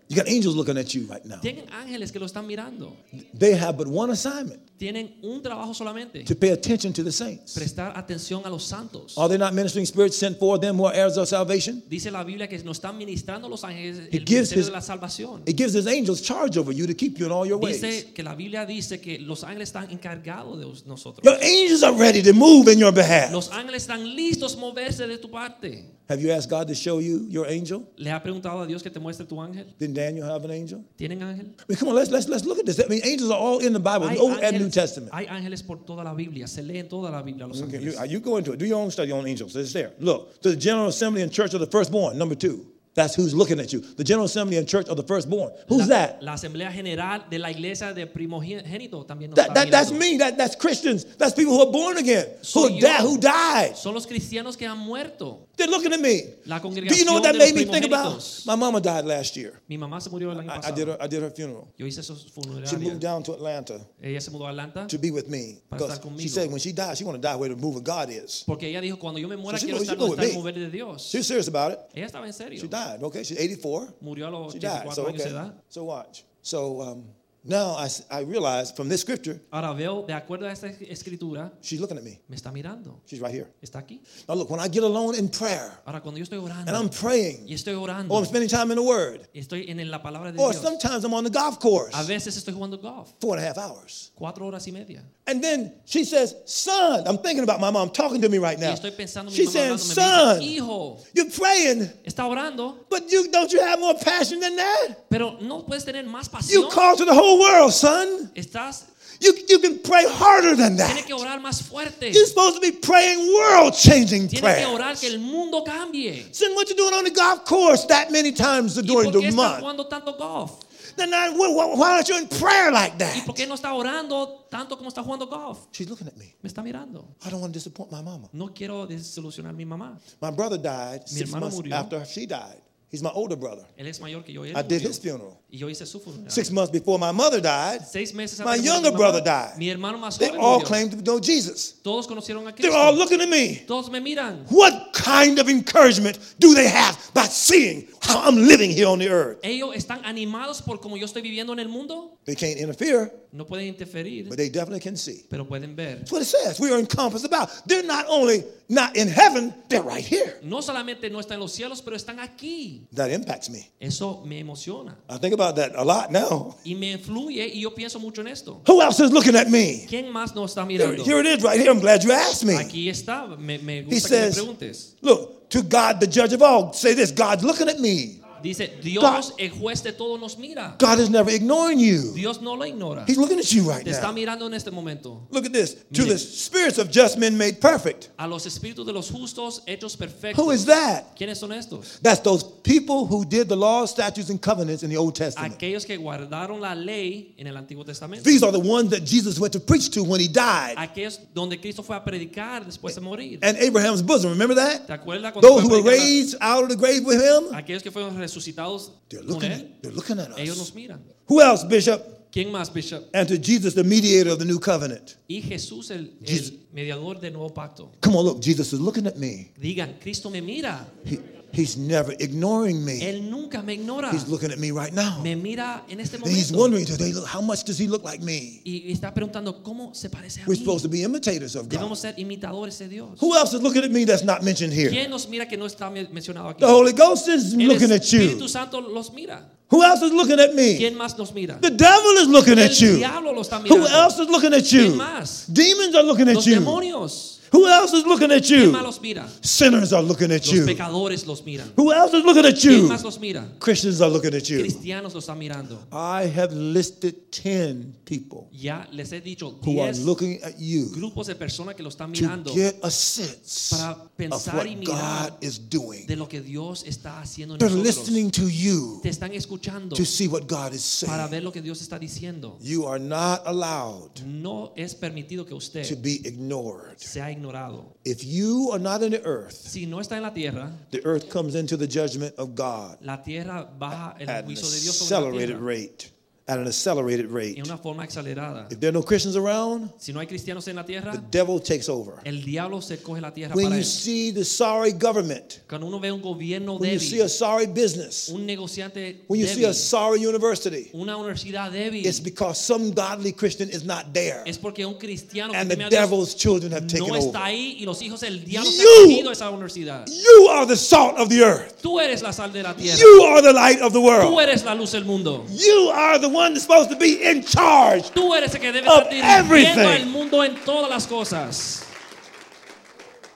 A: You got angels looking at you right now.
B: Tienen ángeles que lo están mirando.
A: They have but one assignment:
B: Tienen un trabajo solamente.
A: to pay attention to the saints.
B: Prestar atención a los santos.
A: Are they not ministering spirits sent for them who are heirs of salvation?
B: Dice la Biblia que nos están ministrando los ángeles el
A: He gives
B: ministerio
A: his-
B: de la salvación.
A: It gives His angels charge over you to keep you in all your ways.
B: Dice que la Biblia dice que los ángeles están encargados de us- nosotros.
A: Your angels are ready to move in your behalf.
B: Los ángeles están listos moverse de tu parte.
A: Have you asked God to show you your angel?
B: ¿Le ha preguntado a Dios que te muestre tu ángel?
A: Didn't Daniel have an angel?
B: ¿Tienen ángel?
A: I mean, come on, let's let's let's look at this. I mean, angels are all in the Bible,
B: Hay
A: the Old and New
B: ángeles
A: Testament.
B: Hay ángeles por toda la Biblia, se lee en toda la Biblia los
A: Okay, you, uh,
B: ángeles.
A: you go into it. Do your own study on angels. It's there. Look, to the General Assembly and Church of the Firstborn, number two. That's who's looking at you. The General Assembly and Church of the Firstborn. Who's
B: la,
A: that?
B: La asamblea general de la iglesia de primogénito también nos
A: That,
B: está
A: that, that's
B: mirando.
A: me. That, that's Christians. That's people who are born again,
B: So
A: who,
B: you-
A: di- who died.
B: Son los cristianos que han muerto.
A: They're looking at me.
B: La
A: Do
B: congregación
A: you know what that
B: de los
A: made me think about?
B: primogénitos.
A: My mama died last year.
B: Mi mamá se murió el año
A: I, I
B: pasado.
A: did her, I did her funeral.
B: Yo hice esos
A: She moved
B: funerales.
A: down to Atlanta
B: Ella se mudó a Atlanta
A: to be with me
B: Para
A: because
B: estar
A: she
B: conmigo.
A: said when she died, she wanted to die where the move of God is.
B: porque ella dijo cuando yo me muera
A: So she
B: quiero
A: knows- she
B: estar donde
A: knows
B: está el
A: me.
B: mover de Dios.
A: She was serious about it.
B: Ella estaba en serio.
A: She died. Okay, she's 84.
B: Murió a los
A: She died. So
B: 84 años de
A: okay.
B: edad.
A: So watch. So um, now I, s- I realize from this scripture,
B: Ahora veo, de acuerdo a esta escritura,
A: she's looking at me.
B: me está mirando.
A: She's right here.
B: Está aquí.
A: Now look, when I get alone in prayer
B: Ahora cuando yo estoy
A: and I'm
B: orando y
A: praying,
B: estoy orando
A: or I'm Oh, spending time in the Word,
B: y estoy en la palabra de
A: or
B: Dios,
A: sometimes I'm on the golf course
B: a veces estoy jugando golf
A: four and a half hours.
B: cuatro horas y media.
A: And then she says, Son, I'm thinking about my mom talking to me right
B: Y
A: now.
B: estoy pensando en mi
A: She's
B: mamá
A: saying,
B: orando, me dice,
A: Son,
B: hijo,
A: you're praying,
B: está orando,
A: but you don't you have more passion than that?
B: pero no puedes tener más pasión.
A: You call to the whole world, son.
B: Estás,
A: You, you can pray harder than
B: tienes
A: that.
B: que orar más fuerte.
A: You're supposed to be praying world changing
B: Tienes que
A: prayer.
B: orar que el mundo cambie.
A: Son, what you doing on the golf course that many times
B: ¿Y
A: during
B: por qué
A: the
B: estás
A: month?
B: jugando tanto golf?
A: Then I, why, why- why aren't you in prayer like
B: ¿Y
A: that?
B: por qué no está orando tanto como está jugando golf?
A: She's looking at me.
B: Me está mirando.
A: I don't want to disappoint my mama.
B: No quiero desilusionar a mi mamá.
A: My brother died
B: Mi
A: six
B: hermano
A: months
B: murió.
A: after she died. He's my older brother.
B: Él es mayor que yo. él
A: I did
B: murió.
A: his funeral.
B: Y yo hice su funeral.
A: Six months before my mother died,
B: Seis meses
A: My
B: antes de
A: younger
B: mi mamá,
A: brother died.
B: Mi hermano más
A: they
B: joven
A: all
B: murió.
A: claimed to know Jesus.
B: Todos conocieron a
A: They're
B: Cristo.
A: all looking at me.
B: Todos me miran.
A: What kind of encouragement do they have by seeing how I'm living here on the earth?
B: Ellos están animados por cómo yo estoy viviendo en el mundo.
A: They can't interfere,
B: No pueden interferir,
A: but they definitely can see.
B: pero pueden ver.
A: That's what it says. We are encompassed about. They're not only not in heaven, they're right here.
B: No solamente no están en los cielos, pero están aquí.
A: That impacts me.
B: Eso me emociona
A: I think about that a lot now.
B: y me influye y yo pienso mucho en esto.
A: Who else is looking at me?
B: ¿Quién más nos está
A: Here,
B: mirando?
A: here it is right here. I'm glad you asked me.
B: Aquí está. Me, me
A: He
B: gusta que me
A: says,
B: preguntes.
A: Look, to God, the judge of all, say this God's looking at me.
B: Dice, Dios, el juez de todos nos mira.
A: God is never ignoring you.
B: Dios no lo ignora.
A: He's looking at you right
B: Te está
A: now.
B: mirando en este momento.
A: Look at this. To
B: Mire.
A: the spirits of just men made perfect.
B: A los espíritus de los justos hechos perfectos.
A: Who is that?
B: ¿Quiénes son estos?
A: That's those people who did the laws, statutes, and covenants in the Old Testament.
B: Aquellos que guardaron la ley en el Antiguo Testamento.
A: These are the ones that Jesus went to preach to when he died.
B: Aquellos donde Cristo fue a predicar después de morir.
A: And Abraham's bosom, remember
B: ¿Te
A: that?
B: acuerdas cuando
A: Those who
B: fue a
A: were
B: predicar?
A: raised out of the grave with him,
B: Aquellos que fueron resucitados
A: they're
B: con
A: looking
B: él.
A: at, they're looking at
B: Ellos
A: us.
B: nos miran.
A: Who else, Bishop?
B: ¿Quién más, Bishop?
A: And to Jesus, the mediator of the new covenant.
B: Y Jesús, el, el
A: Jesus.
B: mediador del nuevo pacto.
A: Come on, look, Jesus is looking at me.
B: Digan, Cristo me mira.
A: He, he's never ignoring me.
B: Él nunca me ignora.
A: He's looking at me right now.
B: Me mira en este
A: And he's
B: momento.
A: wondering, do they look, how much does he look like me?
B: y está preguntando cómo se parece a
A: We're
B: mí.
A: supposed to be imitators of God.
B: Debemos ser imitadores de Dios.
A: Who else is looking at me that's not mentioned here?
B: ¿Quién nos mira que no está men- mencionado aquí?
A: The Holy Ghost is
B: El
A: looking at
B: Espíritu
A: you.
B: Santo los mira.
A: Who else is looking at me?
B: ¿Quién más nos mira?
A: The devil is looking
B: El
A: at you.
B: diablo lo está mirando.
A: Who else is looking at
B: ¿Quién
A: you?
B: más?
A: Demons are looking at
B: Los
A: you.
B: demonios.
A: Who else is looking at
B: ¿Quién más
A: you?
B: los mira?
A: Sinners are looking at
B: Los
A: you.
B: pecadores los miran.
A: Who else is looking at
B: ¿Quién
A: you?
B: más los mira?
A: Christians are looking at you.
B: Cristianos los están mirando.
A: I have listed 10 people
B: Ya les he dicho
A: who are
B: 10
A: looking at you
B: grupos de personas que lo están
A: to
B: mirando
A: get a sense
B: Para
A: of
B: pensar y
A: what
B: mirar
A: God is doing.
B: de lo que Dios está haciendo en
A: They're
B: nosotros.
A: listening to you
B: Te están escuchando
A: to see what God is
B: para
A: saying.
B: ver lo que Dios está diciendo.
A: You are not allowed
B: No es permitido que
A: to
B: usted
A: be ignored.
B: sea ignorado.
A: If you are not in the earth,
B: Si no está en la tierra,
A: the earth comes into the judgment of God
B: la tierra baja el
A: at an
B: juicio de Dios sobre la
A: accelerated
B: tierra
A: rate. At an accelerated rate.
B: en una forma acelerada.
A: If there are no Christians around,
B: Si no hay cristianos en la
A: the
B: tierra,
A: devil takes over.
B: el diablo se coge la tierra
A: When
B: para
A: you
B: él.
A: see the sorry government,
B: Cuando uno ve un gobierno
A: when you see a
B: débil,
A: sorry business,
B: un negociante
A: when you see a
B: débil,
A: sorry university,
B: una universidad débil,
A: it's because some godly Christian is not there
B: es porque un cristiano que
A: and
B: teme
A: the
B: a Dios
A: devil's children have taken
B: no está
A: over.
B: ahí y los hijos del diablo se
A: You-
B: han metido a esa universidad.
A: You are the salt of the earth.
B: Tú eres la sal de la tierra.
A: You are the light of the
B: Tú
A: world.
B: eres la luz del mundo.
A: You are the one that's supposed to be in charge.
B: Tú eres el que debe
A: Of
B: estar dirigiendo
A: everything.
B: al mundo en todas las cosas.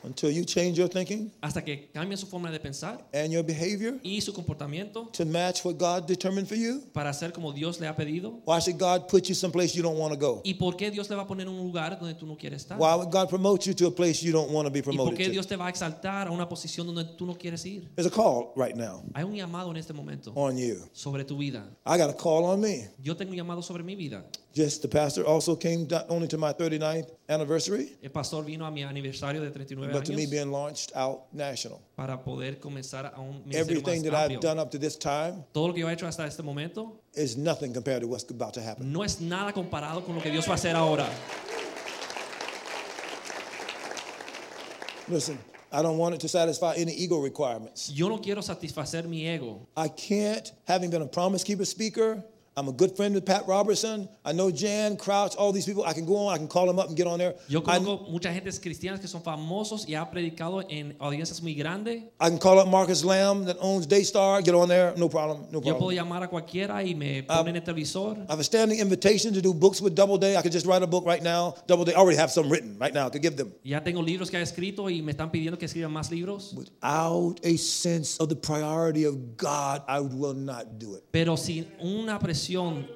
A: until you change your thinking
B: hasta que cambien su forma de pensar
A: and your behavior
B: y su comportamiento
A: to match what God determined for you?
B: para hacer como Dios le ha pedido.
A: Why should God put you someplace you don't want to go?
B: ¿Y por qué Dios le va a poner en un lugar donde tú no quieres estar?
A: Why would God promote you to a place you don't want to be
B: ¿Y por
A: promoted
B: qué
A: to?
B: Dios te va a exaltar a una posición donde tú no quieres ir?
A: There's a call right now
B: Hay un llamado en este momento
A: on you.
B: sobre tu vida.
A: I got a call on me.
B: Yo tengo un llamado sobre mi vida.
A: Just the pastor also came not only to my 39th anniversary,
B: El pastor vino a mi aniversario de 39
A: but to me
B: años
A: being launched out national.
B: para poder comenzar a un ministerio
A: Everything that
B: más
A: I've
B: amplio.
A: done up to this time
B: Todo lo que yo he hecho hasta este momento
A: is nothing compared to what's about to happen.
B: no es nada comparado con lo que Dios va a hacer ahora.
A: Listen, I don't want it to satisfy any ego requirements.
B: Yo no quiero satisfacer mi ego.
A: I can't, having been a promise keeper speaker, I'm a good friend with Pat Robertson. I know Jan Crouch, all these people. I can go on, I can call them up and get on there.
B: Yo
A: I,
B: conozco mucha gente cristiana que son famosos y ha predicado en audiencias muy grandes.
A: I can call up Marcus Lamb that owns Daystar, get on there, no problem, no
B: Yo puedo
A: problem.
B: llamar a cualquiera y me
A: Ah.
B: ponen en el televisor.
A: I have a standing invitation to do books with Doubleday. I could just write a book right now. Doubleday, I already have some written right now. I could give them
B: Ya tengo libros que ha escrito y me están pidiendo que escriba más libros.
A: without a sense of the priority of God. I will not do it.
B: Pero sin una presión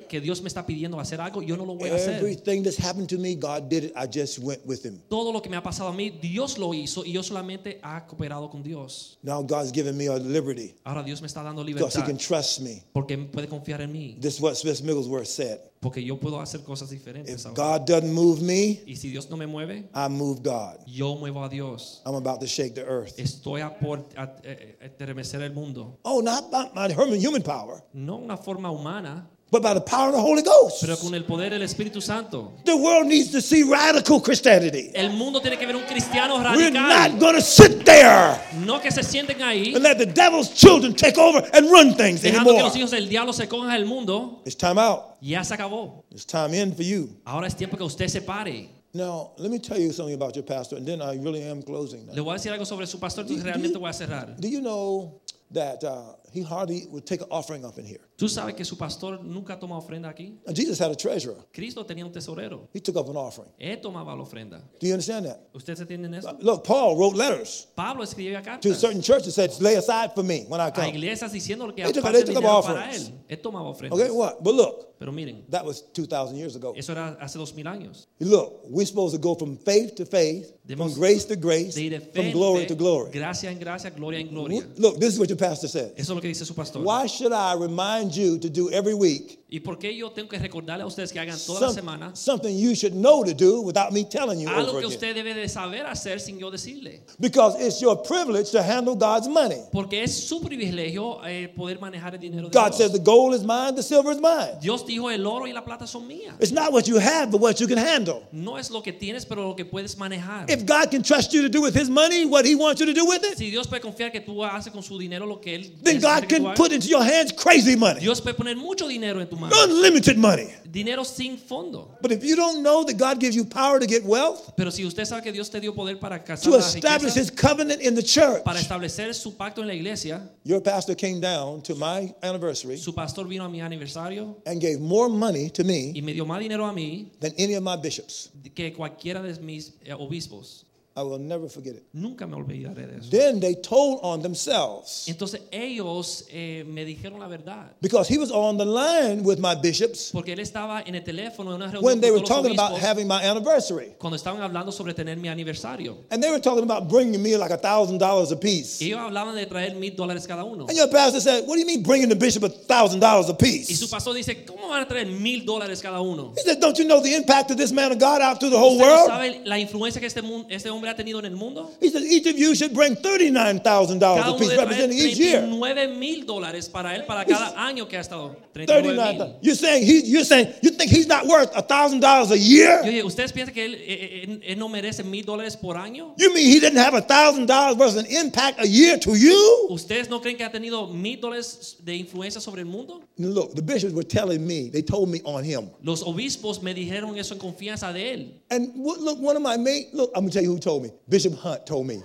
B: que Dios me está pidiendo hacer algo, yo no lo voy a hacer.
A: Everything that's happened to me, God did it. I just went with Him.
B: Todo lo que me ha pasado a mí, Dios lo hizo y yo solamente ha cooperado con Dios.
A: Now God's given me a liberty
B: Ahora Dios me está dando
A: because He
B: libertad
A: can trust me.
B: porque puede confiar en mí,
A: This is what Smith Migglesworth said.
B: porque yo puedo hacer cosas diferentes.
A: If
B: ahora.
A: God doesn't move me,
B: Y si Dios no me mueve,
A: I move God.
B: yo muevo a Dios.
A: I'm about to shake the earth.
B: Estoy a por a- eh, eh, estremecer el mundo.
A: Oh, not by my human human power,
B: No una forma humana,
A: but by the power of the Holy Ghost.
B: pero con el poder del Espíritu Santo.
A: The world needs to see radical Christianity.
B: El mundo tiene que ver un cristiano
A: We're
B: radical.
A: not going to sit there
B: No que se sienten ahí
A: and let the devil's children take over and run things
B: dejando que
A: anymore.
B: los hijos del diablo se cojan el mundo.
A: It's time out.
B: Ya se acabó.
A: It's time in for you.
B: Ahora es tiempo que usted se pare.
A: Now, let me tell you something about your pastor, and then I really am closing. Now.
B: Le voy a decir algo sobre su pastor, entonces realmente voy a cerrar.
A: Do you know that uh, he hardly would take an offering up in here?
B: Tú sabes que su pastor nunca toma ofrenda aquí.
A: Now, Jesus had a treasurer.
B: Cristo tenía un tesorero.
A: He took up an offering.
B: Él tomaba la ofrenda.
A: Do you understand that? Uh,
B: ¿Ustedes entienden eso?
A: Look, Paul wrote letters
B: Pablo escribió
A: to
B: cartas
A: certain churches that said, lay aside for me when I
B: a
A: come.
B: iglesias diciendo que
A: They took-
B: aparte
A: they took up
B: dinero para
A: offerings.
B: él. Él tomaba ofrendas.
A: Okay, what? But look,
B: Pero miren,
A: that was 2,000 years ago.
B: eso era hace dos mil años.
A: Look, we're supposed to go from faith to faith, from
B: Debemos
A: grace to grace,
B: De ir de fe
A: from
B: en
A: glory
B: fe,
A: to glory.
B: Gracia en gracia, gloria en gloria. Eso
A: Look, this is what your pastor said.
B: es lo que dice su pastor.
A: Why should I remind you to do every week
B: ¿Y por qué yo tengo que recordarle a ustedes que hagan toda la
A: some-
B: semana
A: something you should know to do without me telling you
B: algo
A: over
B: que
A: again?
B: usted debe de saber hacer sin yo decirle?
A: Because it's your privilege to handle God's money.
B: Porque es su privilegio eh, poder manejar el dinero de
A: God says
B: Dios.
A: the gold is mine, the silver is mine.
B: Dios dijo el oro y la plata son mías.
A: It's not what you have, but what you can handle.
B: No es lo que tienes, pero lo que puedes manejar.
A: If God can trust you to do with His money what He wants you to do with it,
B: Si Dios puede confiar que tú haces con su dinero lo que él
A: then
B: desea
A: God
B: que tú
A: can
B: hagas,
A: put into your hands crazy money,
B: Dios puede poner mucho dinero en tu mano.
A: unlimited money.
B: Dinero sin fondo.
A: But if you don't know that God gives you power to get wealth,
B: Pero si usted sabe que Dios te dio poder para casar
A: to
B: las
A: establish His
B: riquezas,
A: covenant in the church,
B: para establecer su pacto en la iglesia,
A: your pastor came down to my anniversary
B: su pastor vino a mi aniversario
A: and gave more money to me
B: y me dio más dinero a mí
A: than any of my bishops.
B: que cualquiera de mis eh, obispos.
A: I will never forget it.
B: Nunca me olvidaré de eso.
A: Then they told on themselves
B: Entonces ellos eh, me dijeron la verdad.
A: because he was on the line with my bishops
B: Porque él estaba en el teléfono en una reunión
A: when they were
B: con todos los
A: talking about
B: obispos
A: having my anniversary.
B: cuando estaban hablando sobre tener mi aniversario.
A: And they were talking about bringing me like a thousand dollars apiece.
B: Y ellos hablaban de traer mil dólares cada uno.
A: And your pastor said, What do you mean bringing the bishop a thousand dollars
B: Y su
A: apiece?
B: pastor dice, ¿cómo van a traer mil dólares cada uno?
A: He said, Don't you know the impact of this man of God out to the whole
B: ¿Ustedes
A: world?
B: saben la influencia que este, mun- este hombre ha tenido en el mundo?
A: He said, Each of you should bring
B: Cada
A: $39,000
B: uno
A: apiece,
B: de
A: representing each year.
B: 39 mil dólares para él para cada año que ha estado. 39
A: 39.
B: mil.
A: You're saying he, you're saying you think he's not worth a thousand dollars a
B: Yo
A: year?
B: dije, ¿ustedes piensan que él, eh, eh, él- él no merece mil dólares por año?
A: You mean he didn't have a thousand dollars worth of impact a year to you?
B: ¿Ustedes no creen que ha tenido mil dólares de influencia sobre el mundo?
A: And look, the bishops were telling me, they told me on him.
B: Los obispos me dijeron eso en confianza de él.
A: And what, look, one of my mate, look, I'm gonna tell you who told me. Bishop Hunt told me.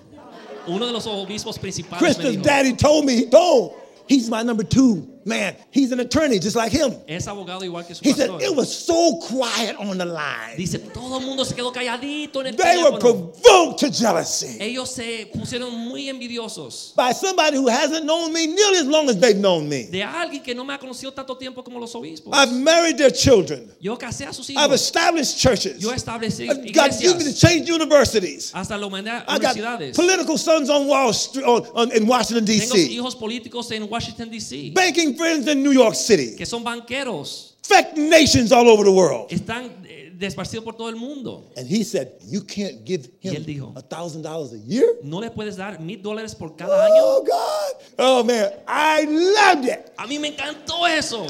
B: Uno de los obispos principales me
A: Krista's
B: dijo,
A: daddy told me he told. He's my number two. man, he's an attorney just like him.
B: Es abogado igual que su
A: He said,
B: pastor.
A: it was so quiet on the line.
B: Dice, todo el mundo se quedó calladito en el
A: They were
B: teléfono.
A: provoked to jealousy
B: Ellos se pusieron muy envidiosos
A: by somebody who hasn't known me nearly as long as they've known me.
B: de alguien que no me ha conocido tanto tiempo como los obispos.
A: I've married their children.
B: Yo casé a sus
A: I've
B: hijos.
A: established churches.
B: Yo establecí
A: I've got given to
B: iglesias
A: change universities.
B: hasta la humanidad,
A: I got
B: universidades.
A: political sons on Wall Street on, on- in Washington
B: Tengo
A: D.C.
B: hijos políticos en Washington, D.C.,
A: Banking friends in New York City.
B: que son banqueros.
A: Affect nations all over the world.
B: Están eh, desparcidos por todo el mundo.
A: And he said, "You can't give
B: Y él
A: him
B: dijo,
A: a thousand dollars a year."
B: No le puedes dar mil dólares por cada año.
A: Oh God! Oh man, I loved it.
B: A mí me encantó eso.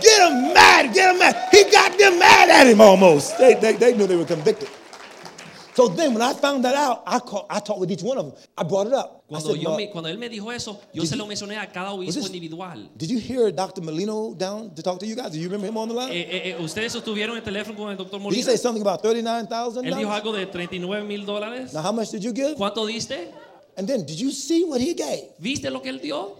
A: Get him mad! Get him mad! He got them mad at him almost. They, they, they knew they were convicted. So then, when I found that out, I called, I talked with each one of them. I brought it up. I
B: Cuando,
A: said,
B: yo
A: "Ma,
B: me- cuando él me dijo eso, yo
A: Did
B: se
A: you-
B: lo mencioné a cada
A: was
B: obispo
A: this-
B: individual.
A: Did you hear Dr. Molino down to talk to you guys? Do you remember him on the line?
B: Eh, eh, eh, Ustedes sostuvieron el teléfono con el
A: Did he
B: doctor Molina.
A: say something about thirty-nine thousand?
B: Él dijo
A: Now,
B: algo de 39 mil dólares.
A: how much did you give?
B: ¿Cuánto diste?
A: And then, did you see what he gave?
B: ¿Viste lo que él dio?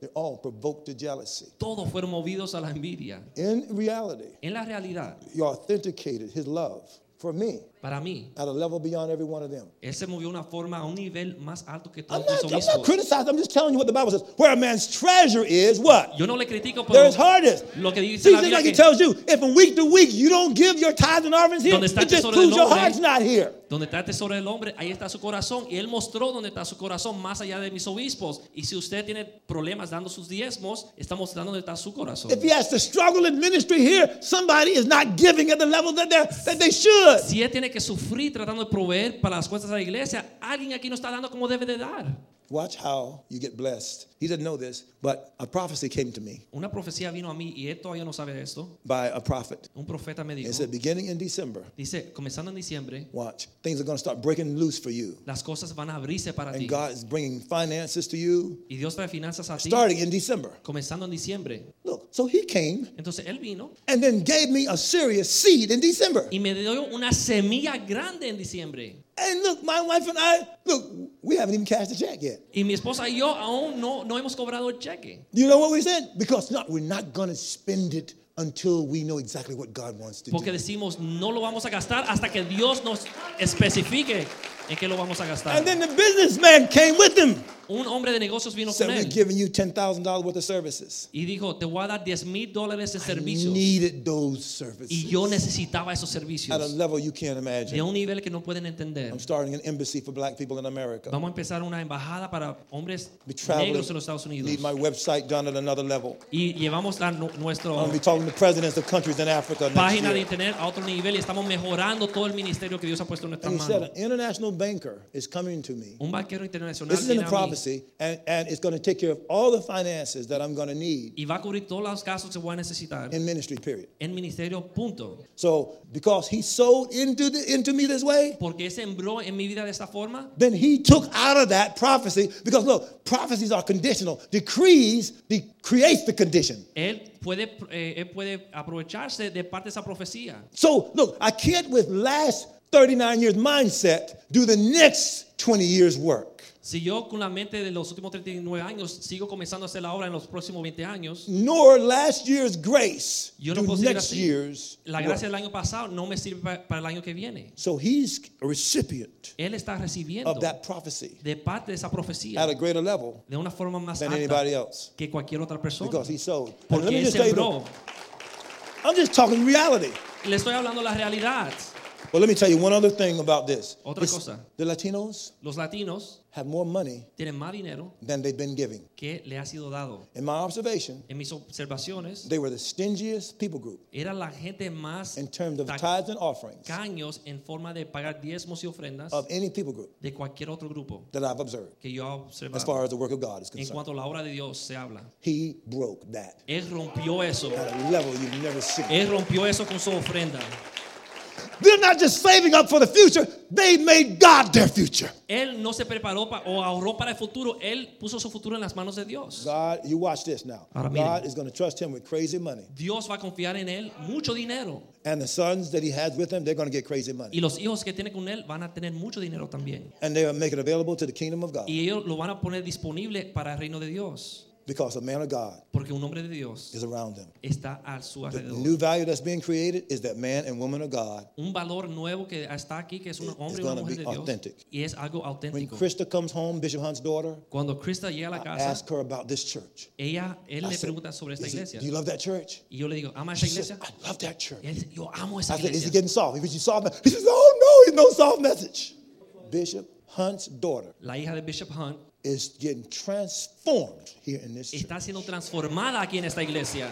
A: They're all provoked to jealousy.
B: Todos fueron movidos a la envidia.
A: In reality,
B: En la realidad,
A: he authenticated his love for me
B: para mí,
A: at a level beyond every one of them.
B: él se movió de una forma a un nivel más alto que
A: I'm not,
B: todos los
A: I'm not
B: obispos.
A: criticizing. I'm just telling you what the Bible says. Where a man's treasure is, what?
B: Yo no le critico,
A: There
B: pero
A: his heart is.
B: lo que dice
A: See,
B: la
A: just
B: Biblia
A: like he
B: que
A: tells you, if from week to week you don't give your tithes and offerings here,
B: Donde está el
A: it just
B: tesoro del
A: proves your
B: hombre.
A: heart's not here.
B: Donde está el tesoro del hombre, ahí está su corazón. Y él mostró donde está su corazón, más allá de mis obispos. Y si usted tiene problemas dando sus diezmos, está mostrando donde está su corazón.
A: If he has to struggle in ministry here, somebody is not giving at the level that, they're- that they should.
B: Si él tiene que sufrir tratando de proveer para las cuentas de la iglesia, alguien aquí no está dando como debe de dar.
A: Watch how you get blessed. He didn't know this, but a prophecy came to me
B: Una profecía vino a mí y él todavía no sabe de esto.
A: by a prophet.
B: Un profeta me dijo,
A: It said, beginning in December,
B: dice, comenzando en diciembre,
A: watch, things are going to start breaking loose for you.
B: las cosas van a abrirse para ti.
A: And God is bringing finances to you
B: Y Dios trae finanzas a ti,
A: starting in December.
B: comenzando en diciembre.
A: Look, so he came
B: Entonces él vino
A: and then gave me a serious seed in December.
B: y me dio una semilla grande en diciembre.
A: And look, my wife and I, look, we haven't even cashed a check yet.
B: Y mi esposa y yo aún no, no hemos cobrado el cheque.
A: You know what we said? Because not, we're not going to spend it until we know exactly what God wants to
B: Porque
A: do.
B: decimos, no lo vamos a gastar hasta que Dios nos especifique en qué lo vamos a gastar.
A: And then the businessman came with him.
B: Un hombre de negocios vino
A: Said,
B: con
A: we're
B: él
A: giving you $10,000 worth of services.
B: y dijo, te voy a dar 10 mil dólares de
A: I
B: servicios.
A: needed those
B: Y
A: services
B: yo necesitaba esos
A: at a
B: servicios
A: level you can't
B: de
A: imagine.
B: un nivel que no pueden entender.
A: I'm starting an embassy for black people in America.
B: Vamos a empezar una embajada para hombres
A: Be traveling.
B: negros en los Estados
A: Need my
B: Unidos.
A: website done at another level.
B: Y llevamos la, nu-
A: I'm
B: nuestra
A: going to be talking to presidents of countries in Africa next
B: página de
A: year.
B: internet a otro nivel y estamos mejorando todo el ministerio que Dios ha puesto en nuestra
A: And he said,
B: mano.
A: an international banker is coming to me.
B: Un banquero internacional
A: This is in
B: viene
A: a
B: a mí
A: prophecy, and, and it's going to take care of all the finances that I'm going to need
B: y va a cubrir todos los casos que voy a necesitar
A: in ministry, period.
B: en ministerio punto
A: So because he sold into, the, into me this way,
B: porque él sembró en mi vida de esta forma
A: then he took out of that prophecy because look, prophecies are conditional. Decrees de- creates the condition.
B: él puede eh, él puede aprovecharse de parte de esa profecía
A: So look, I can't with last 39 years mindset do the next 20 years work.
B: si yo con la mente de los últimos 39 años sigo comenzando a hacer la obra en los próximos 20 años
A: Nor last year's grace
B: yo no
A: do
B: puedo seguir
A: next
B: así
A: year's
B: la
A: work.
B: gracia del año pasado no me sirve pa- para, el año que viene
A: So he's a recipient
B: él está recibiendo
A: of that prophecy
B: de parte de esa profecía
A: at a greater level
B: de una forma más
A: than
B: alta
A: anybody else
B: que cualquier otra persona
A: because he sold. And let
B: porque
A: me
B: él
A: just tell you,
B: sembró
A: I'm just talking reality.
B: le estoy hablando la realidad
A: Well, let me tell you one other thing about this.
B: Otra
A: This-
B: cosa.
A: The Latinos
B: los latinos
A: have more money
B: tienen más dinero
A: than they've been giving.
B: que le ha sido dado.
A: In my observation,
B: En mis observaciones,
A: they were the stingiest people group
B: era la gente más
A: in terms of tithes and offerings
B: tacaños en forma de pagar diezmos y ofrendas
A: of any people group
B: de cualquier otro grupo
A: that I've observed
B: que yo he
A: as
B: observado.
A: far as the work of God is
B: En
A: concerned.
B: cuanto a la obra de Dios se habla,
A: He broke that
B: él rompió eso.
A: at a level you've never seen.
B: Él rompió eso con su ofrenda.
A: They're not just saving up for the future, they made God their future.
B: Él no se preparó pa- o ahorró para el futuro. Él puso su futuro en las manos de Dios.
A: God, you watch this now.
B: Ahora miren.
A: God is going to trust him with crazy money.
B: Dios va a confiar en él mucho dinero.
A: And the sons that he has with him, they're going to get crazy money.
B: Y los hijos que tiene con él van a tener mucho dinero también.
A: And they'll make it available to the kingdom of God.
B: Y ellos lo van a poner disponible para el reino de Dios.
A: because a man of God
B: porque un hombre de Dios
A: is around them.
B: está a su
A: The
B: alrededor.
A: new value that's being created is that man and woman of God.
B: Un valor nuevo que está aquí, que es un hombre y una
A: gonna
B: mujer
A: be
B: de Dios,
A: authentic.
B: y es algo
A: When
B: auténtico.
A: Krista comes home, Bishop Hunt's daughter,
B: Cuando Krista llega a la
A: I
B: casa,
A: ask her about this church.
B: ella, él
A: I
B: le
A: said,
B: pregunta sobre esta
A: "Is it-
B: iglesia.
A: Do you love that church?
B: Y yo le digo, ¿ama
A: She
B: esta
A: says,
B: iglesia?
A: I love that church.
B: Y él dice, yo amo
A: I
B: esta
A: said, is he
B: iglesia.
A: getting soft? He says, soft. He says, oh no, it's no soft message. Bishop Hunt's daughter
B: La hija de Bishop Hunt
A: is getting transformed here in this church.
B: está siendo transformada aquí en esta iglesia.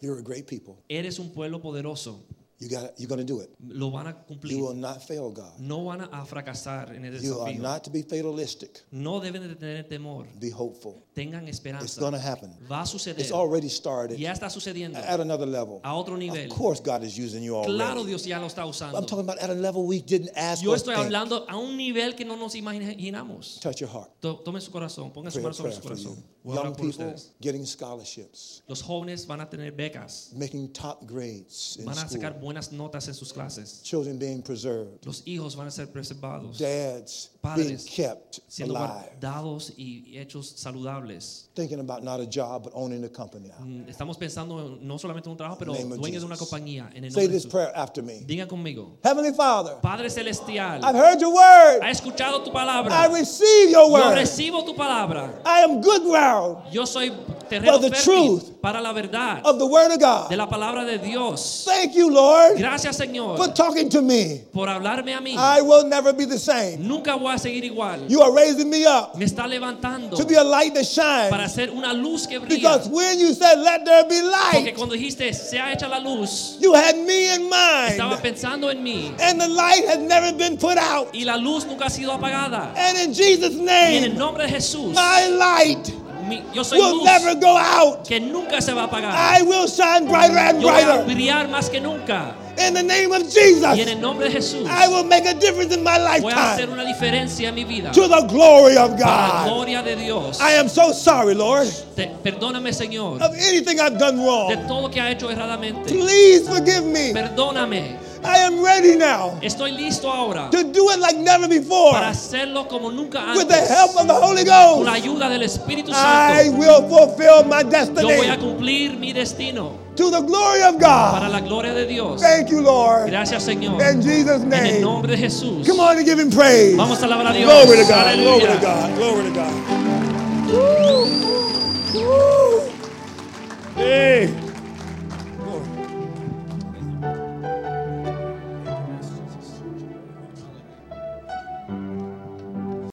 A: You're a great people.
B: Eres un pueblo poderoso.
A: You got. You're gonna do it.
B: Lo van a
A: You
B: cumplir.
A: will not fail God.
B: No van a fracasar en el
A: You are
B: desafío.
A: not to be fatalistic.
B: No deben de tener temor.
A: Be hopeful.
B: Tengan
A: It's gonna
B: esperanza.
A: happen.
B: Va a suceder.
A: It's already started
B: Ya está sucediendo.
A: at another level.
B: A otro nivel.
A: Of course, God is using you
B: Claro,
A: already.
B: Dios ya lo está
A: I'm talking
B: usando.
A: about at a level we didn't ask
B: Yo
A: or
B: estoy
A: think.
B: hablando a un nivel que no nos imaginamos.
A: Touch your heart.
B: To- Tomen su corazón, pongan su
A: Pray a
B: mano sobre
A: prayer
B: su
A: for you.
B: corazón. Voy a
A: Young
B: orar por
A: people
B: ustedes.
A: getting scholarships,
B: Los jóvenes van a tener becas,
A: making top grades in
B: van a sacar
A: school,
B: buenas notas en sus clases.
A: children being preserved,
B: Los hijos van a ser preservados,
A: dads being
B: Padres
A: kept
B: siendo
A: alive,
B: guardados y hechos saludables.
A: thinking about not a job but owning a company now.
B: Mm, Estamos pensando en- no solamente en un trabajo, pero
A: In the name of
B: dueños de una
A: Jesus.
B: compañía. En el
A: Say
B: nombre de
A: this
B: Jesús.
A: prayer after me.
B: Diga conmigo,
A: Heavenly Father,
B: Padre Celestial,
A: I've heard your word.
B: ha escuchado tu
A: I
B: palabra.
A: receive your
B: Yo
A: word.
B: recibo tu palabra.
A: I am good ground
B: Yo soy terreno
A: For the
B: fértil
A: truth
B: para la verdad
A: of the word of
B: de
A: God.
B: la palabra de Dios.
A: Thank you, Lord,
B: Gracias,
A: for
B: Señor,
A: talking to me.
B: por hablarme a mí.
A: I will never be the same.
B: Nunca voy a seguir igual.
A: You are raising me up
B: Me está levantando
A: to be a light that
B: para
A: shines.
B: ser una luz que brilla.
A: Because when you said, let there be
B: Porque
A: light,
B: cuando dijiste, se ha hecho la luz,
A: you had me in
B: estaba
A: mind.
B: pensando en mí.
A: And the light has never been put out.
B: Y la luz nunca ha sido apagada.
A: And in Jesus'
B: Y en el
A: name,
B: nombre de Jesús,
A: my light
B: mi- yo soy
A: will
B: luz
A: never go out.
B: que nunca se va a apagar.
A: I will shine brighter and
B: Yo voy a
A: brighter.
B: brillar más que nunca.
A: In the name of
B: Y en
A: Jesus,
B: el nombre de Jesús,
A: I will make a difference in my
B: voy a hacer
A: lifetime
B: una diferencia en mi vida.
A: to the glory of
B: Para la
A: God.
B: gloria de Dios.
A: I am so sorry, Lord,
B: Te- perdóname, Señor,
A: of anything I've done
B: de
A: wrong.
B: todo lo que ha hecho erradamente.
A: Please forgive me.
B: Perdóname.
A: I am ready now
B: Estoy listo ahora
A: to do it like never before.
B: para hacerlo como nunca
A: With the
B: antes.
A: help of the Holy
B: Con la
A: Ghost,
B: ayuda del Espíritu
A: I
B: Santo,
A: will fulfill my
B: yo voy a
A: destiny
B: cumplir mi destino
A: to the glory of
B: para
A: God.
B: la gloria de Dios.
A: Thank you, Lord.
B: Gracias, Señor.
A: In Jesus'
B: En el
A: name.
B: nombre de Jesús.
A: Come on and give him praise.
B: Vamos a alabar a Dios.
A: Glory to God. Glory
B: Aleluya.
A: to God. Glory to God.